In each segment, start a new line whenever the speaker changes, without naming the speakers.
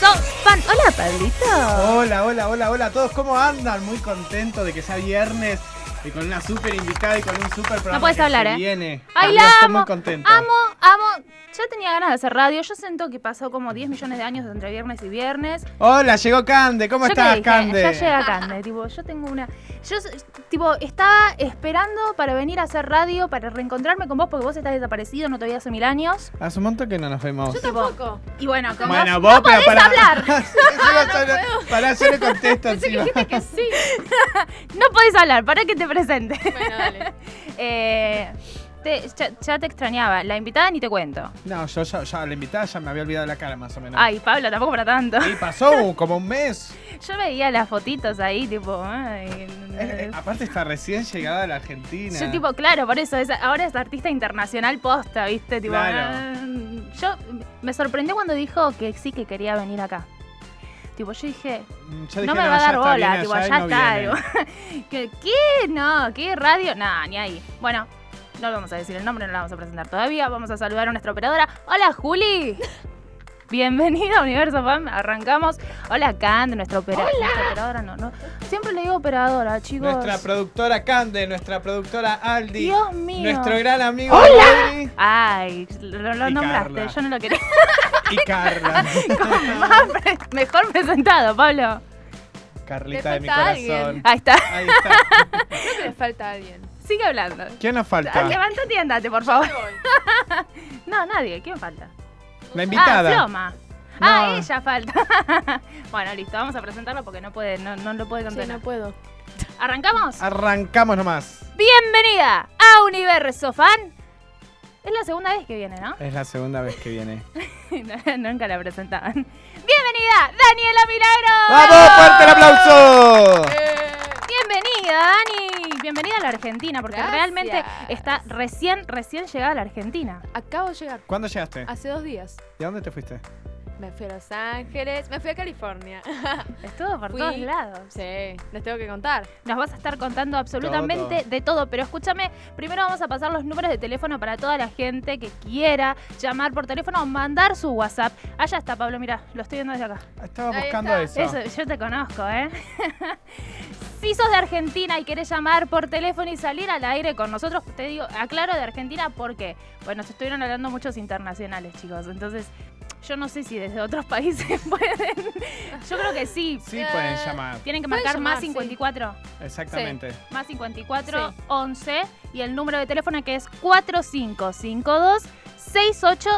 So Fan. Hola, Pablito.
Hola, hola, hola, hola a todos, ¿cómo andan? Muy contento de que sea viernes y con una super invitada y con un super programa
puedes
que
hablar,
se
¿eh?
viene.
Ay,
También
la
estoy
amo.
muy contento.
Amo, amo. Ya tenía ganas de hacer radio. Yo siento que pasó como 10 millones de años entre viernes y viernes.
Hola, llegó Cande, ¿cómo
Yo que
estás,
dije,
Cande?
Ya llega Cande, tipo, yo tengo una... Yo, s- tipo, estaba esperando para venir a hacer radio, para reencontrarme con vos, porque vos estás desaparecido, no te veía hace mil años.
Hace un montón que no nos vemos.
Tipo, Y bueno, como
Bueno, vos, pero para.
hablar.
para, yo le contesto
Pensé que
encima.
dijiste que sí.
no podés hablar, para que te presente.
Bueno, dale.
Eh, te- ya, ya te extrañaba, la invitada ni te cuento.
No, yo ya, ya la invitada ya me había olvidado la cara más o menos.
Ay, Pablo, tampoco para tanto.
Y pasó como un mes.
Yo veía las fotitos ahí, tipo... ay,
Eh, eh, aparte está recién llegada a la Argentina. Mm,
Yo tipo, claro, por eso, es- ahora es artista internacional posta, ¿viste? Tipo,
Claro.
mm, yo me sorprendió cuando dijo que sí que quería venir acá. Tipo, yo dije,
Mm, yo dije,
no me va a
ya
dar
está,
bola,
viene
tipo,
allá
ya
y no
está.
viene.
digo. ¿Qué, ¿Qué? No, ¿qué radio? Nada, ni ahí. Bueno, no le vamos a decir el nombre, no la vamos a presentar todavía. Vamos a saludar a nuestra operadora. Hola, Juli. Bienvenida a Universo Fam, arrancamos. Hola, Cand, nuestra, opera- nuestra operadora. No, no. Siempre le digo operadora, chicos.
Nuestra productora Cande, nuestra productora Aldi.
Dios mío.
Nuestro gran amigo Rodri
Ay, lo, lo
Y
nombraste,
Carla.
yo no lo quería.
y Carla.
Mejor presentado, Pablo.
Carlita
Le
de mi
falta
corazón.
alguien.
Ahí está.
Ahí está.
Creo que le falta alguien.
Sigue hablando.
¿Quién nos
Ah,
falta?
Levántate y andate, por favor.
Me voy.
No, nadie. ¿Quién falta?
La
Ah,
invitada.
Floma. Ah,
No.
ella falta. bueno, listo, vamos a presentarlo porque no puede, no, no lo puede
Sí,
contener.
no puedo.
¿Arrancamos?
Ah. Arrancamos nomás.
Bienvenida a Universo Fan. Es la segunda vez que viene, ¿no?
Es la segunda vez que viene.
No, Nunca la presentaban. Bienvenida, Daniela Milagro.
¡Vamos! ¡Fuerte el aplauso!
Eh,
Bienvenida, Dani. Bienvenida a la Argentina, porque
Gracias.
realmente está recién, recién llegada a la Argentina.
Acabo de llegar.
¿Cuándo llegaste?
Hace dos días.
¿De dónde te fuiste?
Me fui a Los Ángeles. Me fui a California.
Estuvo por
Fui-
todos lados.
Sí, les tengo que contar.
Nos vas a estar contando absolutamente de todo, pero escúchame, primero vamos a pasar los números de teléfono para toda la gente que quiera llamar por teléfono o mandar su WhatsApp. Allá está, Pablo, mira, lo estoy viendo desde acá.
Estaba
Ahí
buscando
está.
eso.
Eso, yo te conozco, ¿eh? si sos de Argentina y querés llamar por teléfono y salir al aire con nosotros, te digo, aclaro de Argentina porque, bueno, se estuvieron hablando muchos internacionales, chicos, entonces... Yo no sé si desde otros países pueden. Yo creo que sí.
Sí
Eh,
pueden llamar.
Tienen que
Pueden
marcar
llamar,
más
sí.
54.
Exactamente.
más 54
Sí.
11 y el número de teléfono que es 4552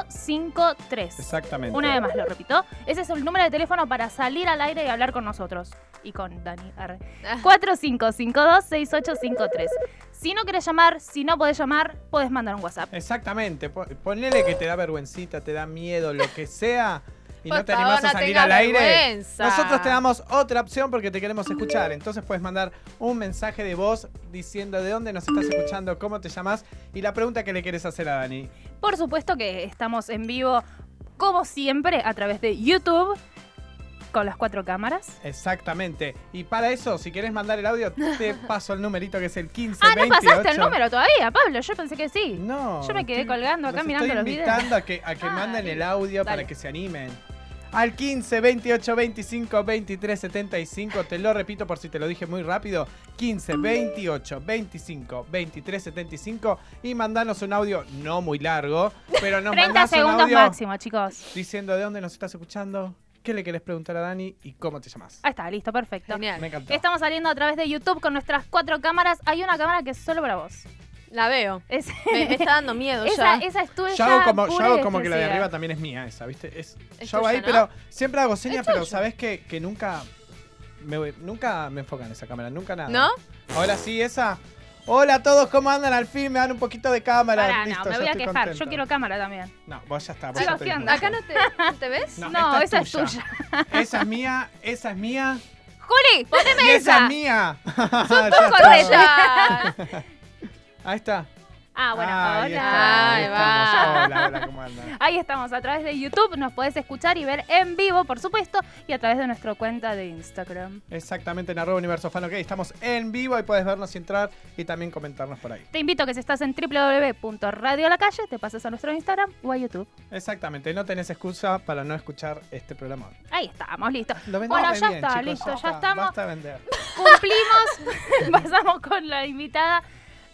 6853.
Exactamente.
Una vez más lo repito, ese es el número de teléfono para salir al aire y hablar con nosotros y con Dani. arre.
Ah.
4552 6853. Si no querés llamar, si no podés llamar, podés mandar un WhatsApp.
Exactamente. Po- Ponele que te da vergüencita, te da miedo, lo que sea. Y
Por
no te
favor,
animás
no
a salir
tengas
al aire.
vergüenza.
Nosotros te damos otra opción porque te queremos escuchar. Entonces puedes mandar un mensaje de voz diciendo de dónde nos estás escuchando, cómo te llamas y la pregunta que le quieres hacer a Dani.
Por supuesto que estamos en vivo como siempre a través de YouTube con las cuatro cámaras.
Exactamente. Y para eso, si quieres mandar el audio, te paso el numerito que es el 15.
Ah, no pasaste el número todavía, Pablo. Yo pensé que sí.
No.
Yo me quedé
estoy-
colgando acá
los
mirando los
estoy
videos.
invitando a que, a que
Ah,
manden
bien.
el audio para
Dale.
que se animen. Al 15 28 25 23 75, te lo repito por si te lo dije muy rápido. 15 28 25 23 75 y mandanos un audio no muy largo, pero nos
30
mandás un
segundos
audio
máximo, chicos.
diciendo de dónde nos estás escuchando, qué le querés preguntar a Dani y cómo te llamas.
Ahí está, listo, perfecto.
Me
Genial.
encantó.
Estamos saliendo a través de YouTube con nuestras cuatro cámaras. Hay una cámara que es solo para vos.
La veo.
Es-
Me, me está dando miedo
esa,
ya.
esa es tuya.
Yo hago como, yo
pura y
hago como que la de
exclusiva.
arriba también es mía, esa, ¿viste? Es,
Es
yo hago ahí,
tuya,
pero
¿no?
siempre hago señas,
Es
pero
tuyo.
sabes que, que nunca me, nunca me enfocan esa cámara, nunca nada.
¿No?
Ahora sí, esa. Hola a todos, ¿cómo andan? Al fin me dan un poquito de cámara.
Pará,
Listo,
no, me
ya
voy a
estoy
quejar.
contento.
Yo quiero cámara también.
No, vos ya está. vos
Chicos,
ya estoy
¿qué onda?
contento.
Acá no te, no te ves.
No,
No,
esta es
esa es
tuya. Esa es mía, esa es mía.
¡Juli! ¡Poneme
Y esa
esa!
es mía. Ya
dos
está.
correas.
Ya.
Ahí está.
Ah, bueno,
ahí
hola.
está, ahí
Ahí va.
estamos. Hola, hola, ¿cómo andan?
Ahí estamos, a través de YouTube nos podés escuchar y ver en vivo, por supuesto, y a través de nuestra cuenta de Instagram.
Exactamente, en arroba universo fan, ok. Estamos en vivo y puedes vernos y entrar y también comentarnos por ahí.
Te invito a que si estás en www.radiolacalle, te pases a nuestro Instagram o a YouTube.
Exactamente, no tenés excusa para no escuchar este programa. hoy.
Ahí estamos, listo.
Lo vendemos
Bueno,
re
ya
bien,
está,
chicos,
listo, ya
está,
estamos.
Basta de vender.
Cumplimos, pasamos con la invitada.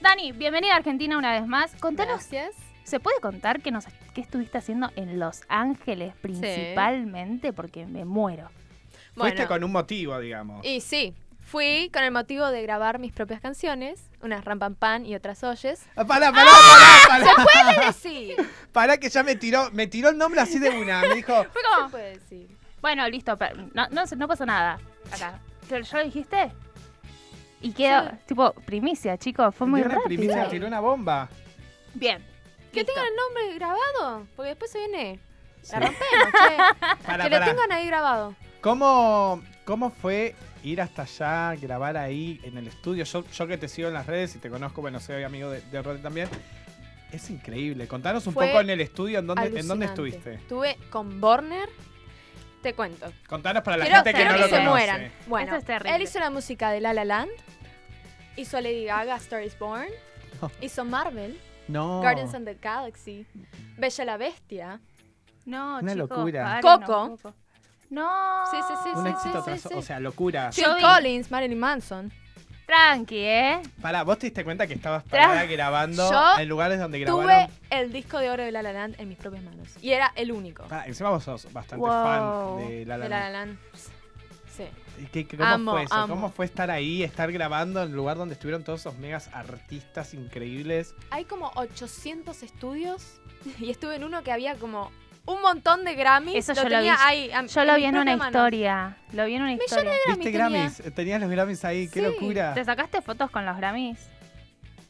Dani, bienvenida a Argentina una vez más. Contanos,
Gracias.
¿se puede contar qué, nos, qué estuviste haciendo en Los Ángeles principalmente? Porque me muero.
Fuiste
Bueno,
con un motivo, digamos.
y sí, fui con el motivo de grabar mis propias canciones, unas Rampampan y otras Oyes.
Ah, Pará, pará, pará, pará,
¡Puede decir!
Pará que ya me tiró, me tiró el nombre así de una. Me dijo,
Fue
¿Cómo
como,
puede decir?
bueno, listo, pero no, no, no pasó nada acá. Pero ya lo dijiste. Y quedó,
Sí.
tipo, primicia, chicos, fue muy
tiró una
rápido.
primicia, tiró una bomba.
Bien.
Que
listo.
tengan el nombre grabado, porque después se viene.
Sí.
La rompemos, che.
Pará,
que
pará.
lo tengan ahí grabado.
¿Cómo, ¿Cómo fue ir hasta allá, grabar ahí en el estudio? Yo, yo que te sigo en las redes y te conozco, bueno, soy amigo de, de Rodri también. Es increíble. Contanos un
Fue
poco en el estudio, en dónde, en dónde
Alucinante.
estuviste.
Estuve con Borner. Te cuento.
Contanos para la
Quiero
gente que
quiero
no
que,
lo
se
conoce.
mueran. Bueno,
Eso es terrible.
él hizo la música de La La Land, hizo Lady Gaga, Star is Born,
No.
hizo Marvel,
No.
Guardians of the Galaxy, Bella la Bestia.
Ah.
No,
Una
chicos,
locura.
paren,
Coco.
No, No.
Sí, sí, sí,
Un
sí,
éxito
sí,
tras-
sí.
o sea, locura.
Sí.
Phil
vi-
Collins, Marilyn Manson.
Tranqui, ¿eh?
Pará, vos te diste cuenta que estabas parada
Tra-
grabando
Yo
en lugares donde
Tuve
grabaron.
el disco de oro de La La Land en mis propias manos. Y era el único
Pará, encima vos sos bastante
Wow.
fan de Ah, La La
de La La
Land.
Land. Sí.
¿Y qué- qué- ¿Cómo
Amo,
fue eso?
amo.
¿Cómo fue estar ahí, estar grabando en el lugar donde estuvieron todos esos megas artistas increíbles?
Hay como 800 estudios y estuve en uno que había como un montón de Grammys.
Eso
lo
yo lo
tenía
vi.
ahí. a-
Yo lo
mis
vi en una
propias manos.
historia. Lo vi en una historia.
¿Viste
Grammy
Grammys? Tenías los Grammys ahí, qué
Sí.
locura.
¿Te sacaste fotos con los Grammys?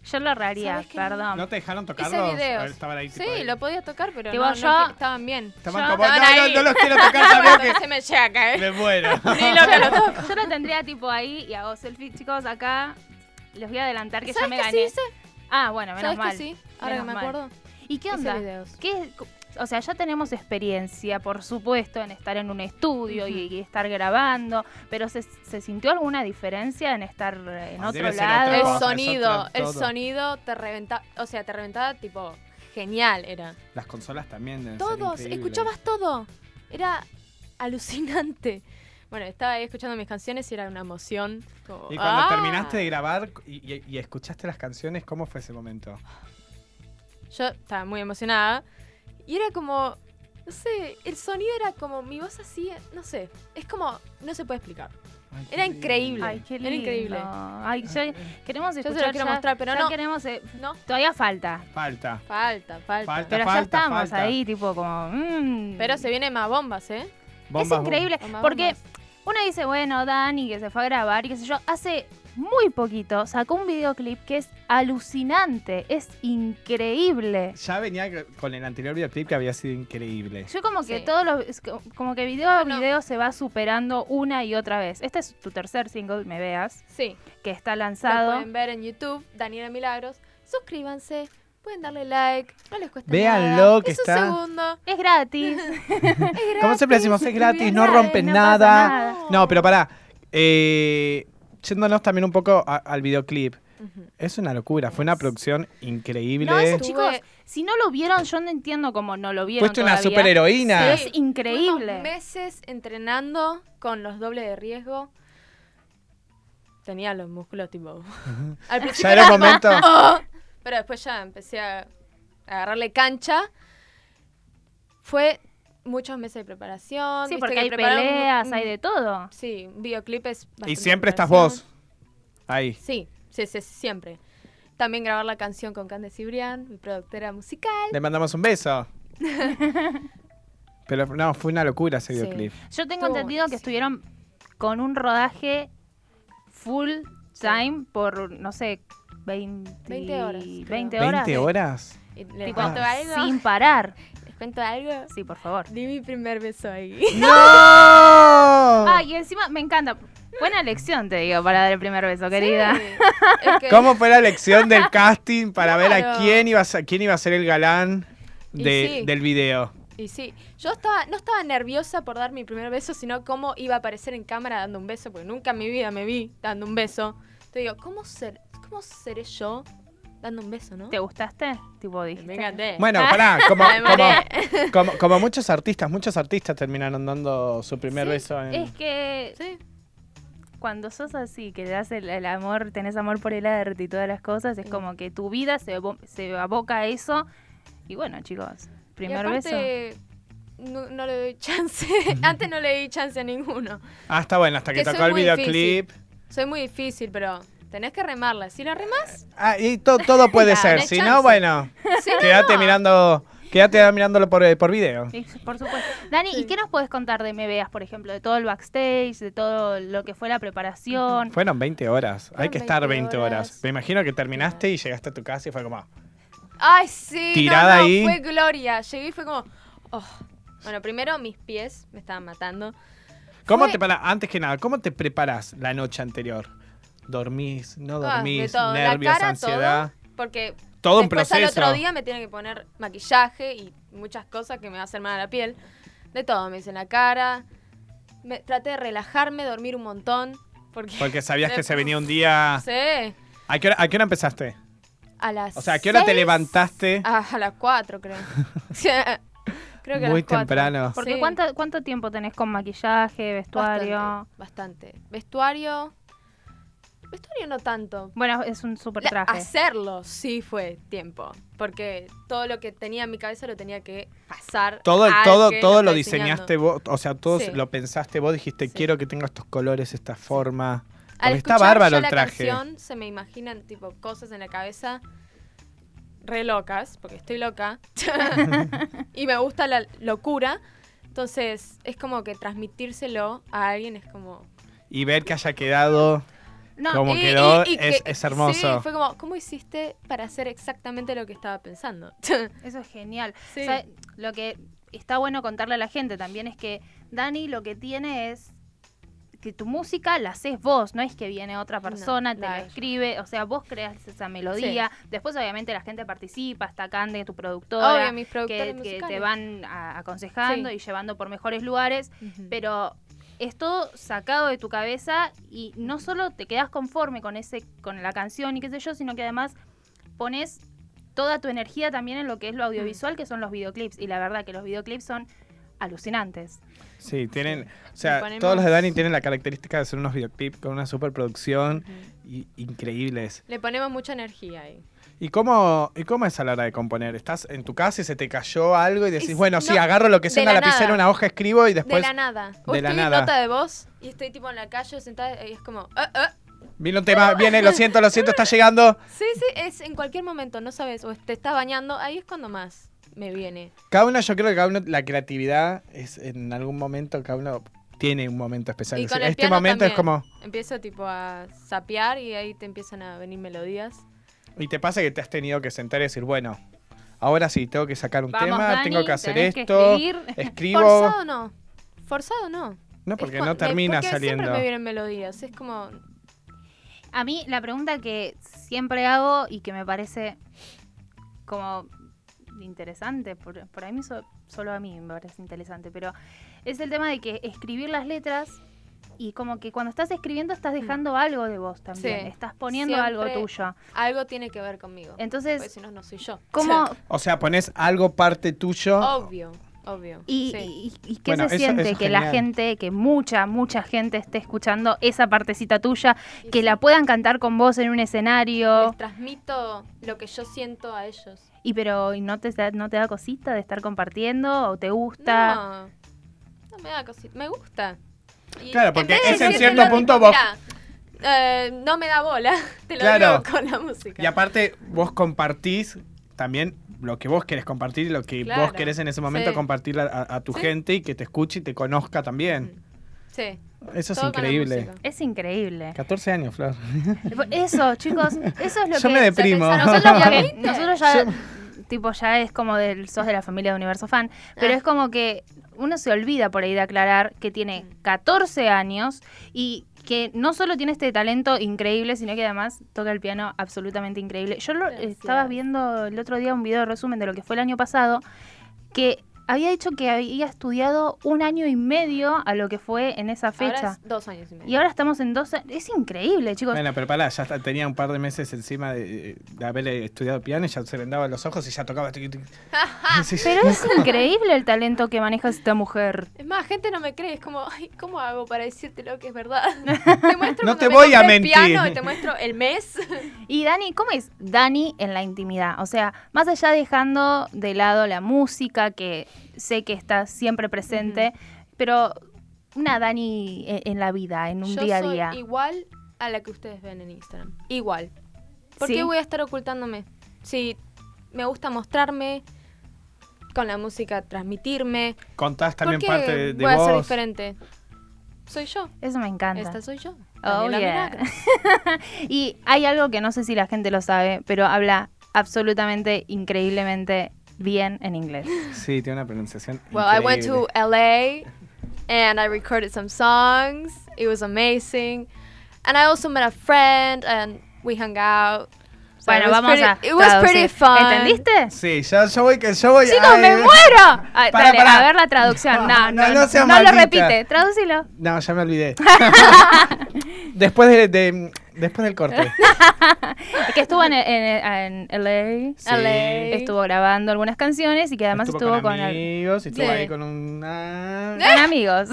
Yo lo rearía,
¿Sabés que no?
perdón.
¿No te dejaron tocarlos?
Hice videos.
A ver, Estaban ahí, tipo,
Sí,
ahí.
lo podía tocar, pero
Tipo,
no, no
yo-
es que estaban bien.
Estaban
Yo-
como, no,
Estaban
no,
ahí.
no los quiero tocar, sabía
Bueno,
que
se me llega acá, ¿eh?
me muero.
Ni lo que lo toco.
Yo lo tendría tipo ahí y hago selfie, chicos, acá. Les voy a adelantar que ya
¿Sabes
me
que sí
gané.
hice?
Ah, bueno, menos
¿Sabes
mal.
que sí? Ahora que
Menos
me
mal.
acuerdo.
¿Y qué
hice
onda?
videos.
¿Qué- o sea, ya tenemos experiencia, por supuesto, en estar en un estudio y,
Ujú.
y estar grabando, pero ¿se, se sintió alguna diferencia en estar eh, en
Ah,
otro
debe ser
lado?
otra
El
cosa, es
sonido,
otra-
el
todo.
sonido te reventaba, o sea, te reventaba tipo genial era.
Las consolas también deben ser
Todos,
increíbles.
escuchabas todo. Era alucinante. Bueno, estaba ahí escuchando mis canciones y era una emoción. como,
Y cuando
¡ah!
terminaste de grabar y, y- y escuchaste las canciones, ¿cómo fue ese momento?
Yo estaba muy emocionada. Y era como. No sé, el sonido era como mi voz así, no sé. Es como. No se puede explicar.
Ay, qué
Era
lindo.
increíble.
Ay, qué
Era
lindo.
increíble.
Ay, ya- queremos
se lo
escuchar.
quiero
ya-
mostrar, pero
ya
no.
queremos, eh,
¿No?
todavía falta.
Falta.
Falta, falta.
Falta.
Pero ya estamos
falta.
ahí, tipo como. mm.
Pero se vienen más bombas, ¿eh?
es
Bombas,
increíble.
bombas.
Porque uno dice, bueno, Dani, que se fue a grabar y qué sé yo. Hace muy poquito sacó un videoclip que es alucinante. Es increíble.
Ya venía con el anterior videoclip que había sido increíble.
Yo como que
Sí.
todos los. es co- Como que video a
No, no.
video se va superando una y otra vez. Este es tu tercer single, me veas,
Sí.
que está
Lo
lanzado.
pueden ver en YouTube, Daniela Milagros. Suscríbanse, pueden darle like, no les cuesta
Véanlo,
nada.
que
es
está-
un segundo.
Es gratis.
Es gratis.
Como siempre decimos, es gratis, no
Claro,
rompen
no pasa
nada.
nada.
No, pero pará. Eh, yéndonos también un poco a- al videoclip.
Ujú.
Es una locura, fue una producción increíble.
No, eso,
Estuve-
chicos, si no lo vieron, yo no entiendo cómo no lo vieron.
Fuiste una
todavía.
superheroína.
Pero es increíble.
Estuvimos meses entrenando con los dobles de riesgo. Tenía los músculos tipo. Al principio
Ya era
era
el
tipo,
momento.
"Oh", Pero después ya empecé a agarrarle cancha. Fue muchos meses de preparación.
Sí,
viste
porque
que
hay
prepararon un-
peleas,
un-
hay de todo.
Sí, un videoclip es.
Y
bastante
siempre estás
preparación.
vos. Ahí.
Sí, sí, sí, sí, siempre. También grabar la canción con Candes Cibrián, mi productora musical.
Le mandamos un beso. Pero no, fue una locura ese
Sí.
videoclip.
Yo tengo
Estuvo
entendido que
buenísimo.
estuvieron con un rodaje full time por, no sé, 20,
20 horas, creo.
20 horas.
¿20 horas? Ah.
Y ¿Les
Tipo,
cuento algo?
sin parar.
¿Les cuento algo?
Sí, por favor.
Di mi primer beso ahí.
¡No!
Ah, y encima, me encanta. Buena elección, te digo, para dar el primer beso, querida.
Sí. Es que-
¿Cómo fue la elección del casting para ver a
Claro.
quién iba a ser, quién iba a ser el galán
Y
de-
sí.
del video?
Y sí, yo estaba, no estaba nerviosa por dar mi primer beso, sino cómo iba a aparecer en cámara dando un beso, porque nunca en mi vida me vi dando un beso. Te digo, ¿cómo, ser, cómo seré yo dando un beso, no?
¿Te gustaste? Tipo, dije.
Me encanté.
Bueno, pará, como,
Ah, Me
como,
mareé.
como- como muchos artistas, muchos artistas terminaron dando su primer
Sí, eh,
beso en...
Es que
Sí.
cuando sos así, que le das el, el amor, tenés amor por el arte y todas las cosas, es
Sí.
como que tu vida se, abo- se aboca a eso. Y bueno, chicos, primer
y
beso.
aparte, No, no le doy chance. Antes no le di chance a ninguno.
Hasta Ah, bueno, hasta que,
Que soy
tocó el
muy
videoclip.
Soy muy difícil, pero tenés que remarla. Si la remas,
Ah, y to- todo puede
Nah,
ser,
no hay
si
chance.
no, bueno,
si no,
quédate
no.
mirando, quédate mirándolo por, por video.
Y, Por supuesto. Dani, ¿y
Sí.
qué nos podés contar de Me Veas, por ejemplo? De todo el backstage, de todo lo que fue la preparación.
Fueron 20 horas, hay
Fueron
que estar 20
20
horas.
horas.
Me imagino que terminaste y llegaste a tu casa y fue como,
Ay, sí. no,
Tirada
no,
ahí.
Fue gloria. Llegué y fue como. oh. Bueno, primero mis pies me estaban matando.
¿Cómo
Fue-
te para antes que nada, cómo te preparás la noche anterior? ¿Dormís, no
Ah, de
dormís,
todo.
nervios,
la cara,
ansiedad?
Todo, porque
Todo, un
después
proceso.
al otro día me tienen que poner maquillaje y muchas cosas que me va a hacer mal a la piel. De todo, me hice en la cara. Me, traté de relajarme, dormir un montón. Porque.
Porque sabías que se venía un día.
Sí.
¿A qué hora, a qué hora empezaste?
A las.
O sea, ¿a qué hora te
seis-
levantaste?
Ah, a las 4, creo. creo que a
Muy
las cuatro.
temprano.
Porque
Sí.
¿cuánto, ¿cuánto tiempo tenés con maquillaje, vestuario?
Bastante, bastante. Vestuario. Vestuario no tanto.
Bueno, es un super
La-
traje.
hacerlo sí fue tiempo. Porque todo lo que tenía en mi cabeza lo tenía que pasar.
Todo,
al
todo,
Ah, que
todo
está
lo diseñaste
diseñando.
vos, o sea, todo
Sí.
lo pensaste vos, dijiste,
Sí.
quiero que tenga estos colores, esta forma.
Al
Porque está
escuchar
bárbaro
yo
el
la
traje.
canción, se me imaginan tipo cosas en la cabeza re locas, porque estoy loca. y me gusta la locura. Entonces, es como que transmitírselo a alguien es como
Y ver que haya quedado.
No,
Como quedó, es-
que-
es hermoso.
Sí, fue como, ¿cómo hiciste para hacer exactamente lo que estaba pensando?
eso es genial.
Sí.
O sea, lo que está bueno contarle a la gente también es que Dani lo que tiene es que tu música la haces vos, no es que viene otra persona, te
la
la
hago yo.
escribe, o sea, vos creas esa melodía, después obviamente la gente participa, está Cande, tu productora,
Obvio, mis
que,
productores
que
musicales.
te van a- aconsejando
Sí.
y llevando por mejores lugares,
Ujú.
pero es todo sacado de tu cabeza y no solo te quedas conforme con ese con la canción y qué sé yo, sino que además pones toda tu energía también en lo que es lo audiovisual, que son los videoclips y la verdad que los videoclips son alucinantes.
Sí, tienen. O sea,
Le ponemos-
todos los de Dani tienen la característica de ser unos videoclips con una superproducción
Ujú.
y- increíbles.
Le ponemos mucha energía ahí.
¿Y cómo, ¿Y cómo es a la hora de componer? ¿Estás en tu casa y se te cayó algo y decís,
Es-
bueno, sí,
no,
agarro lo que sea
de
una
la
lapicera,
nada.
una hoja, escribo y
de
después
la nada. O
de la
estoy
nada.
en nota de voz y estoy tipo en la calle sentada y es como, "Ah, ah".
vino un tema, viene, lo siento, lo siento, está llegando.
Sí, sí, es en cualquier momento, no sabes, o te estás bañando, ahí es cuando más me viene.
Cada uno, yo creo que cada uno, la creatividad es en algún momento, cada uno tiene un momento especial.
Y
Es
con
decir,
el
este
piano
momento es
también.
como.
Empiezo tipo a sapear y ahí te empiezan a venir melodías.
Y te pasa que te has tenido que sentar y decir, bueno, ahora sí, tengo que sacar un
Vamos,
tema,
Dani,
tengo que hacer
tenés que
esto,
escribir.
escribo.
Forzado no. Forzado no.
No,
Es
porque
cuan-
no
me-
termina
porque
saliendo.
Siempre me vienen melodías. Es como,
A mí la pregunta que siempre hago y que me parece como interesante, por, por ahí so- solo a mí me parece interesante, pero es el tema de que escribir las letras y como que cuando estás escribiendo estás dejando algo de vos también,
Mm. Sí.
estás poniendo
Siempre.
algo tuyo.
algo tiene que ver conmigo. Porque
Entonces,
si no, no soy yo.
¿cómo...
O sea, pones algo parte tuyo.
Obvio, obvio.
¿Y,
sí.
y- y qué
Bueno,
se
eso-
siente
eso es
que la
genial.
gente, que mucha, mucha gente esté escuchando esa partecita tuya, que la puedan cantar con vos en un escenario?
Les transmito lo que yo siento a ellos.
Y pero ¿y no te da, no te da cosita de estar compartiendo o te gusta.
No, no me da cosita. Me gusta. Y
Claro, porque
vez de
es en
decirte
cierto
lo
punto
mismo,
vos-
"Mirá, eh, no me da bola. Te lo
Claro.
digo con la música.
Y aparte, vos compartís también lo que vos querés compartir y lo que vos
Claro.
querés en ese momento
Sí.
compartir a, a- a tu
Sí.
gente y que te escuche y te conozca también.
Sí.
Eso es
Mm. todo con la
increíble.
música.
Es increíble.
14 años, Flor.
Eso, chicos, eso es lo
Yo
que
me deprimo.
o sea, nosotros,
Ya
porque
viste.
nosotros ya
Yo-
tipo ya es como del sos de la familia de Universo Fan, pero
Ah.
es como que uno se olvida por ahí de aclarar que tiene
Mm.
14 años y que no solo tiene este talento increíble, sino que además toca el piano absolutamente increíble. Yo lo,
Gracias.
estaba viendo el otro día un video de resumen de lo que fue el año pasado, que había dicho que había estudiado un año y medio a lo que fue en esa fecha.
Ahora es dos años y medio.
Y ahora estamos en 12. Es increíble, chicos.
Bueno, pero pará, ya está- tenía un par de meses encima de, de haber estudiado piano y ya se vendaba los ojos y ya tocaba. tiqui, tiqui. Sí, sí.
Pero es increíble el talento que maneja esta mujer.
Es más, gente no me cree, es como, ay, ¿cómo hago para decirte lo que es verdad?
No
Te muestro cuando
te
me
voy a
compré el
mentir.
Piano, te muestro el mes.
Y Dani, ¿cómo es Dani en la intimidad? O sea, más allá dejando de lado la música, que sé que está siempre presente, pero una Dani e- en la vida, en un
Yo
día a
soy
día.
igual a la que ustedes ven en Instagram. Igual. ¿Por
Sí.
qué voy a estar ocultándome? Si me gusta mostrarme, con la música transmitirme.
Contás
¿Por
también
qué
parte de, de
voy a ser
vos.
diferente? Soy yo.
Eso me
Esta
encanta.
soy yo.
Oh,
Daniela
yeah.
Milagros.
Y hay algo que no sé si la gente lo sabe, pero habla absolutamente, increíblemente bien en inglés.
Sí, tiene una pronunciación.
Well, I went
increíble.
to LA and I recorded some songs. It was amazing. And I also met a friend and we hung out. So it
Bueno,
was
vamos
pretty-
a.
It was pretty
traducir.
fun.
¿Entendiste?
Sí, ya, ya voy que yo voy.
¡Chicos,
ay,
me muero! Ay,
Pará,
dale,
pará.
a ver la traducción. No, no,
No,
no,
no seas
lo
maldita.
repite, tradúcilo.
No, ya me olvidé. después de, de- después del corte.
Es que estuvo en, en- en LA,
Sí. LA.
estuvo grabando algunas canciones y que además estuvo, con, al-
amigos y estuvo
Sí.
ahí con una.
con amigos.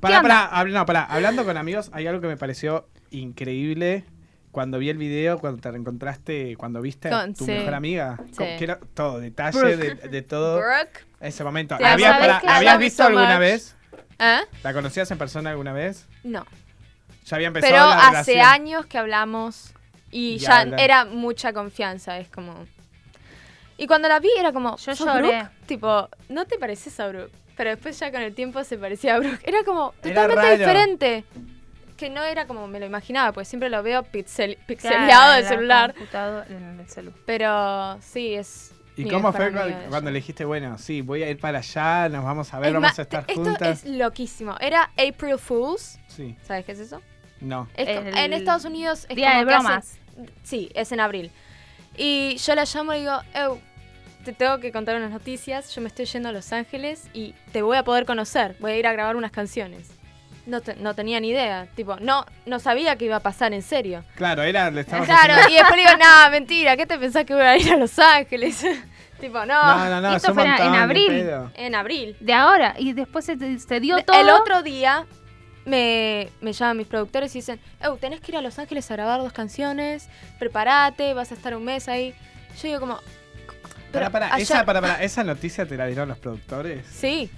Pará,
onda?
pará, habl- no, pará. Hablando con amigos, hay algo que me pareció increíble cuando vi el video, cuando te reencontraste, cuando viste a
Con-
tu
sí.
mejor amiga.
Sí.
Co- Quiero todo, detalle de, de todo
Brooke.
ese momento.
Sí,
¿La habías,
¿sabes
pará,
qué?
la
I
habías
love you
visto
so
alguna
much.
vez?
¿Eh?
¿La conocías en persona alguna vez?
No.
Ya había empezado
Pero
la
hace
relación.
años que hablamos y
Y
ya
hablan.
era mucha confianza. Es como. Y cuando la vi era como.
Yo
"¿Sos
lloré".
Brooke?". Tipo, no te pareces a Brooke. Pero después ya con el tiempo se parecía a Brooke. Era como
Era
totalmente
raro.
diferente. Que no era como me lo imaginaba, porque siempre lo veo pixel, pixeleado
Claro, en
del
la
celular.
computadora, en el celu.
Pero sí, es.
¿Y
mi
cómo
mejor
fue
amiga
cuando,
ella.
cuando le dijiste, bueno, sí, voy a ir para allá, nos vamos a ver,
Es
vamos
más,
a estar
esto
juntas?
es loquísimo. Era April Fools.
Sí,
¿Sabes qué es eso?
no.
Es co-
El
en Estados Unidos es
Día
como
de
que hacen-
bromas.
Sí, es en abril. Y yo la llamo y digo, "Ew, te tengo que contar unas noticias, yo me estoy yendo a Los Ángeles y te voy a poder conocer, voy a ir a grabar unas canciones. No, te- no tenía ni idea, tipo, no, no sabía que iba a pasar en serio.
Claro, era, le estábamos
Claro,
haciendo-
y después digo, no, mentira, ¿qué te pensás que voy a ir a Los Ángeles? tipo, no,
No, no, no,
Esto
es un
fue en
montón, ni
abril.
pedo.
en abril.
De ahora, y después se, te- se dio
De-
todo.
El otro día me, me llaman mis productores y dicen, Ew, tenés que ir a Los Ángeles a grabar dos canciones, prepárate, vas a estar un mes ahí. Yo digo como...
Pará,
"Pero
pará,
ayer-".
esa, pará, pará, esa noticia te la dieron los productores.
Sí,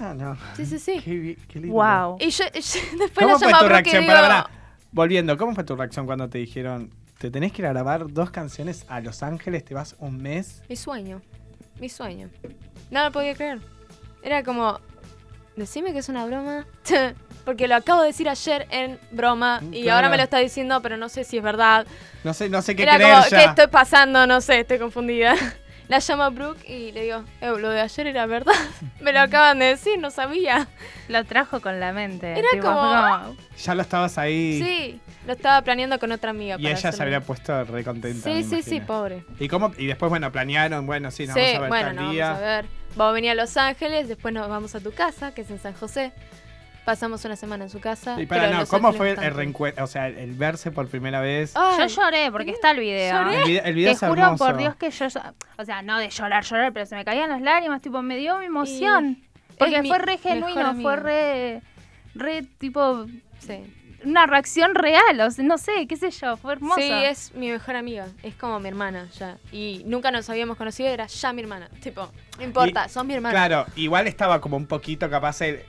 Ah, no.
sí, sí, sí.
Qué, bi- qué lindo.
Wow.
Y yo, yo después
¿Cómo
la
fue
llamo a
tu
Brooke y
reacción?
digo,
Pará, pará. Volviendo, ¿cómo fue tu reacción cuando te dijeron, te tenés que ir a grabar dos canciones a Los Ángeles, te vas un mes?
mi sueño, mi sueño. No lo podía creer. Era como, decime que es una broma. Porque lo acabo de decir ayer en broma y
Claro.
ahora me lo está diciendo, pero no sé si es verdad.
No sé, no sé qué
Era
creer
como,
ya.
¿qué estoy pasando? No sé, estoy confundida. La llamo a Brooke y le digo, "Ew, lo de ayer era verdad. Me lo acaban de decir, no sabía.
Lo trajo con la mente.
Era
tipo,
como-
fue
Ya lo estabas ahí.
Sí, lo estaba planeando con otra amiga.
Y
para
ella se
hacerlo.
habría puesto re contenta. me
Sí, sí, sí,
imagino.
pobre.
¿Y, cómo, y después, bueno, planearon, bueno, sí, nos
sí,
vamos a ver
bueno,
tal
no,
día.
vamos a ver. Vamos a venir a Los Ángeles, después nos vamos a tu casa, que es en San José. Pasamos una semana en su casa.
Y para,
pero
no,
Los
¿cómo
Ángeles
fue
está
el
bien.
reencuentro? O sea, el, el verse por primera vez.
Yo
Ay,
lloré porque está el video.
El video, el video
Te
es
juro
hermoso.
por Dios que yo, o sea, no de llorar, llorar, pero se me caían las lágrimas, tipo, me dio mi emoción. porque
es mi
fue re
mejor
genuino,
amiga.
fue re, re, tipo,
sí.
una reacción real, o sea, no sé, qué sé yo, fue hermoso.
Sí, es mi mejor amiga. Es como mi hermana ya. Y nunca nos habíamos conocido, era ya mi hermana. Tipo, no importa,
Y-
sos mi hermana.
Claro, igual estaba como un poquito capaz el,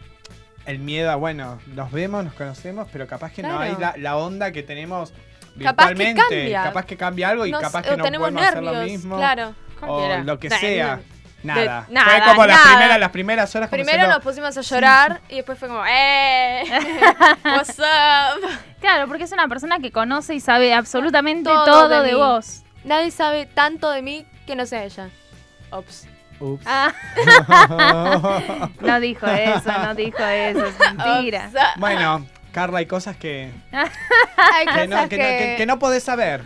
el miedo a, bueno, nos vemos, nos conocemos, pero capaz que no
Claro.
hay la, la onda que tenemos
Capaz que
virtualmente.
cambia.
Capaz que cambia algo y
Nos-
capaz
o
que no
tenemos
podemos
nervios,
hacer lo mismo.
claro.
O
Cualquiera.
lo que
Nah,
sea.
no.
Nada. Fue
nada,
como las
nada.
primeras, las primeras horas como
Primero
diciendo,
nos pusimos a llorar y después fue como, ¡eh! ¡What's up!
Claro, porque es una persona que conoce y sabe absolutamente todo,
Todo de
de,
mí.
vos.
Nadie sabe tanto de mí que no sea ella. Ops.
Ups.
Ah, no dijo eso, no dijo eso, es mentira.
Ops.
Bueno, Carla, hay cosas que,
Hay
que, no,
cosas
que no- que- que no podés saber.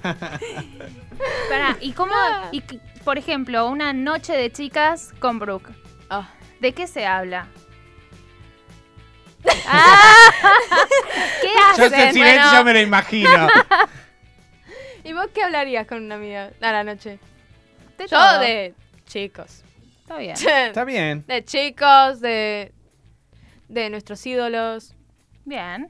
Pará, ¿y cómo,
Ah.
y c- por ejemplo, una noche de chicas con Brooke?
Ah.
¿De qué se habla? Ah, ¿Qué
Yo ese
hacen?
silencio
bueno.
me lo imagino.
¿Y vos qué hablarías con una amiga a la noche?
De
Yo
todo.
de chicos.
Está bien.
Está bien.
de chicos, de, de nuestros ídolos,
Bien.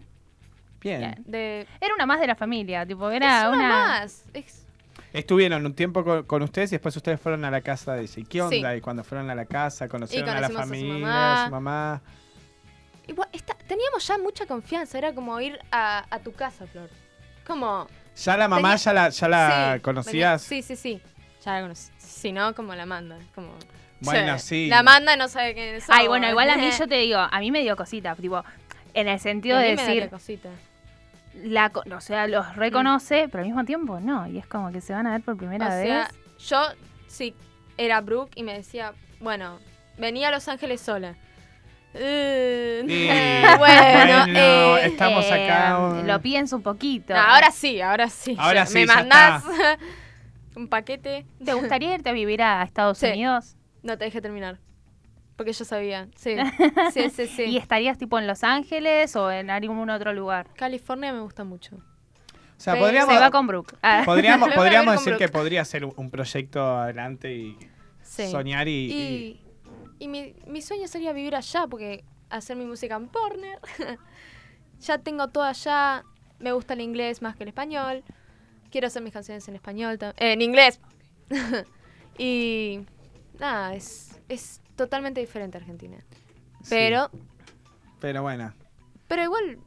Bien.
Bien.
de...
Era una más de la familia, tipo,
es
era
una,
una...
más. Es-
Estuvieron un tiempo con, con ustedes y después ustedes fueron a la casa de ella. ¿Y qué onda? Y cuando fueron a la casa, conocieron a la
conocimos a su
familia,
mamá.
a su mamá.
igual, está- teníamos ya mucha confianza, era como ir a, a tu casa, Flor. Como...
Ya la mamá
Tenía-
ya la, ya la
sí, venía-
conocías.
Sí, sí, sí. Ya la conocí. Si no, como la manda. Como,
Bueno,
che,
sí.
La manda no sabe quién es.
Ay, bueno, igual a mí yo te digo, a mí me dio cosita, tipo, en el sentido de decir, la, co- o sea, los
Mm.
reconoce, pero al mismo tiempo no, y es como que se van a ver por primera
o
vez.
sea, yo sí era Brooke y me decía, bueno, venía a Los Ángeles sola. Eh,
Sí,
bueno,
bueno,
eh,
está- estamos acá,
Eh,
eh.
Lo pienso un poquito.
no, ahora sí, ahora sí.
Ahora
ya,
sí,
Me
ya
mandás un paquete.
¿Te gustaría irte a vivir a Estados
Sí.
Unidos?
No te dejé terminar. Porque yo sabía. Sí, sí, sí. sí.
¿Y estarías tipo en Los Ángeles o en algún otro lugar?
California me gusta mucho.
o sea,
se-
podríamos,
Se va con Brooke. Ah,
podríamos,
Lo voy a
podríamos
ver con
decir que
Brooke.
podría ser un- un proyecto adelante y
Sí.
soñar y, y-
Y, y mi, mi sueño sería vivir allá, porque hacer mi música en Porner. ya tengo todo allá. Me gusta el inglés más que el español. Quiero hacer mis canciones en español, tam- eh, en inglés. y nada, es, es totalmente diferente a Argentina.
sí.
Pero,
Pero bueno,
pero igual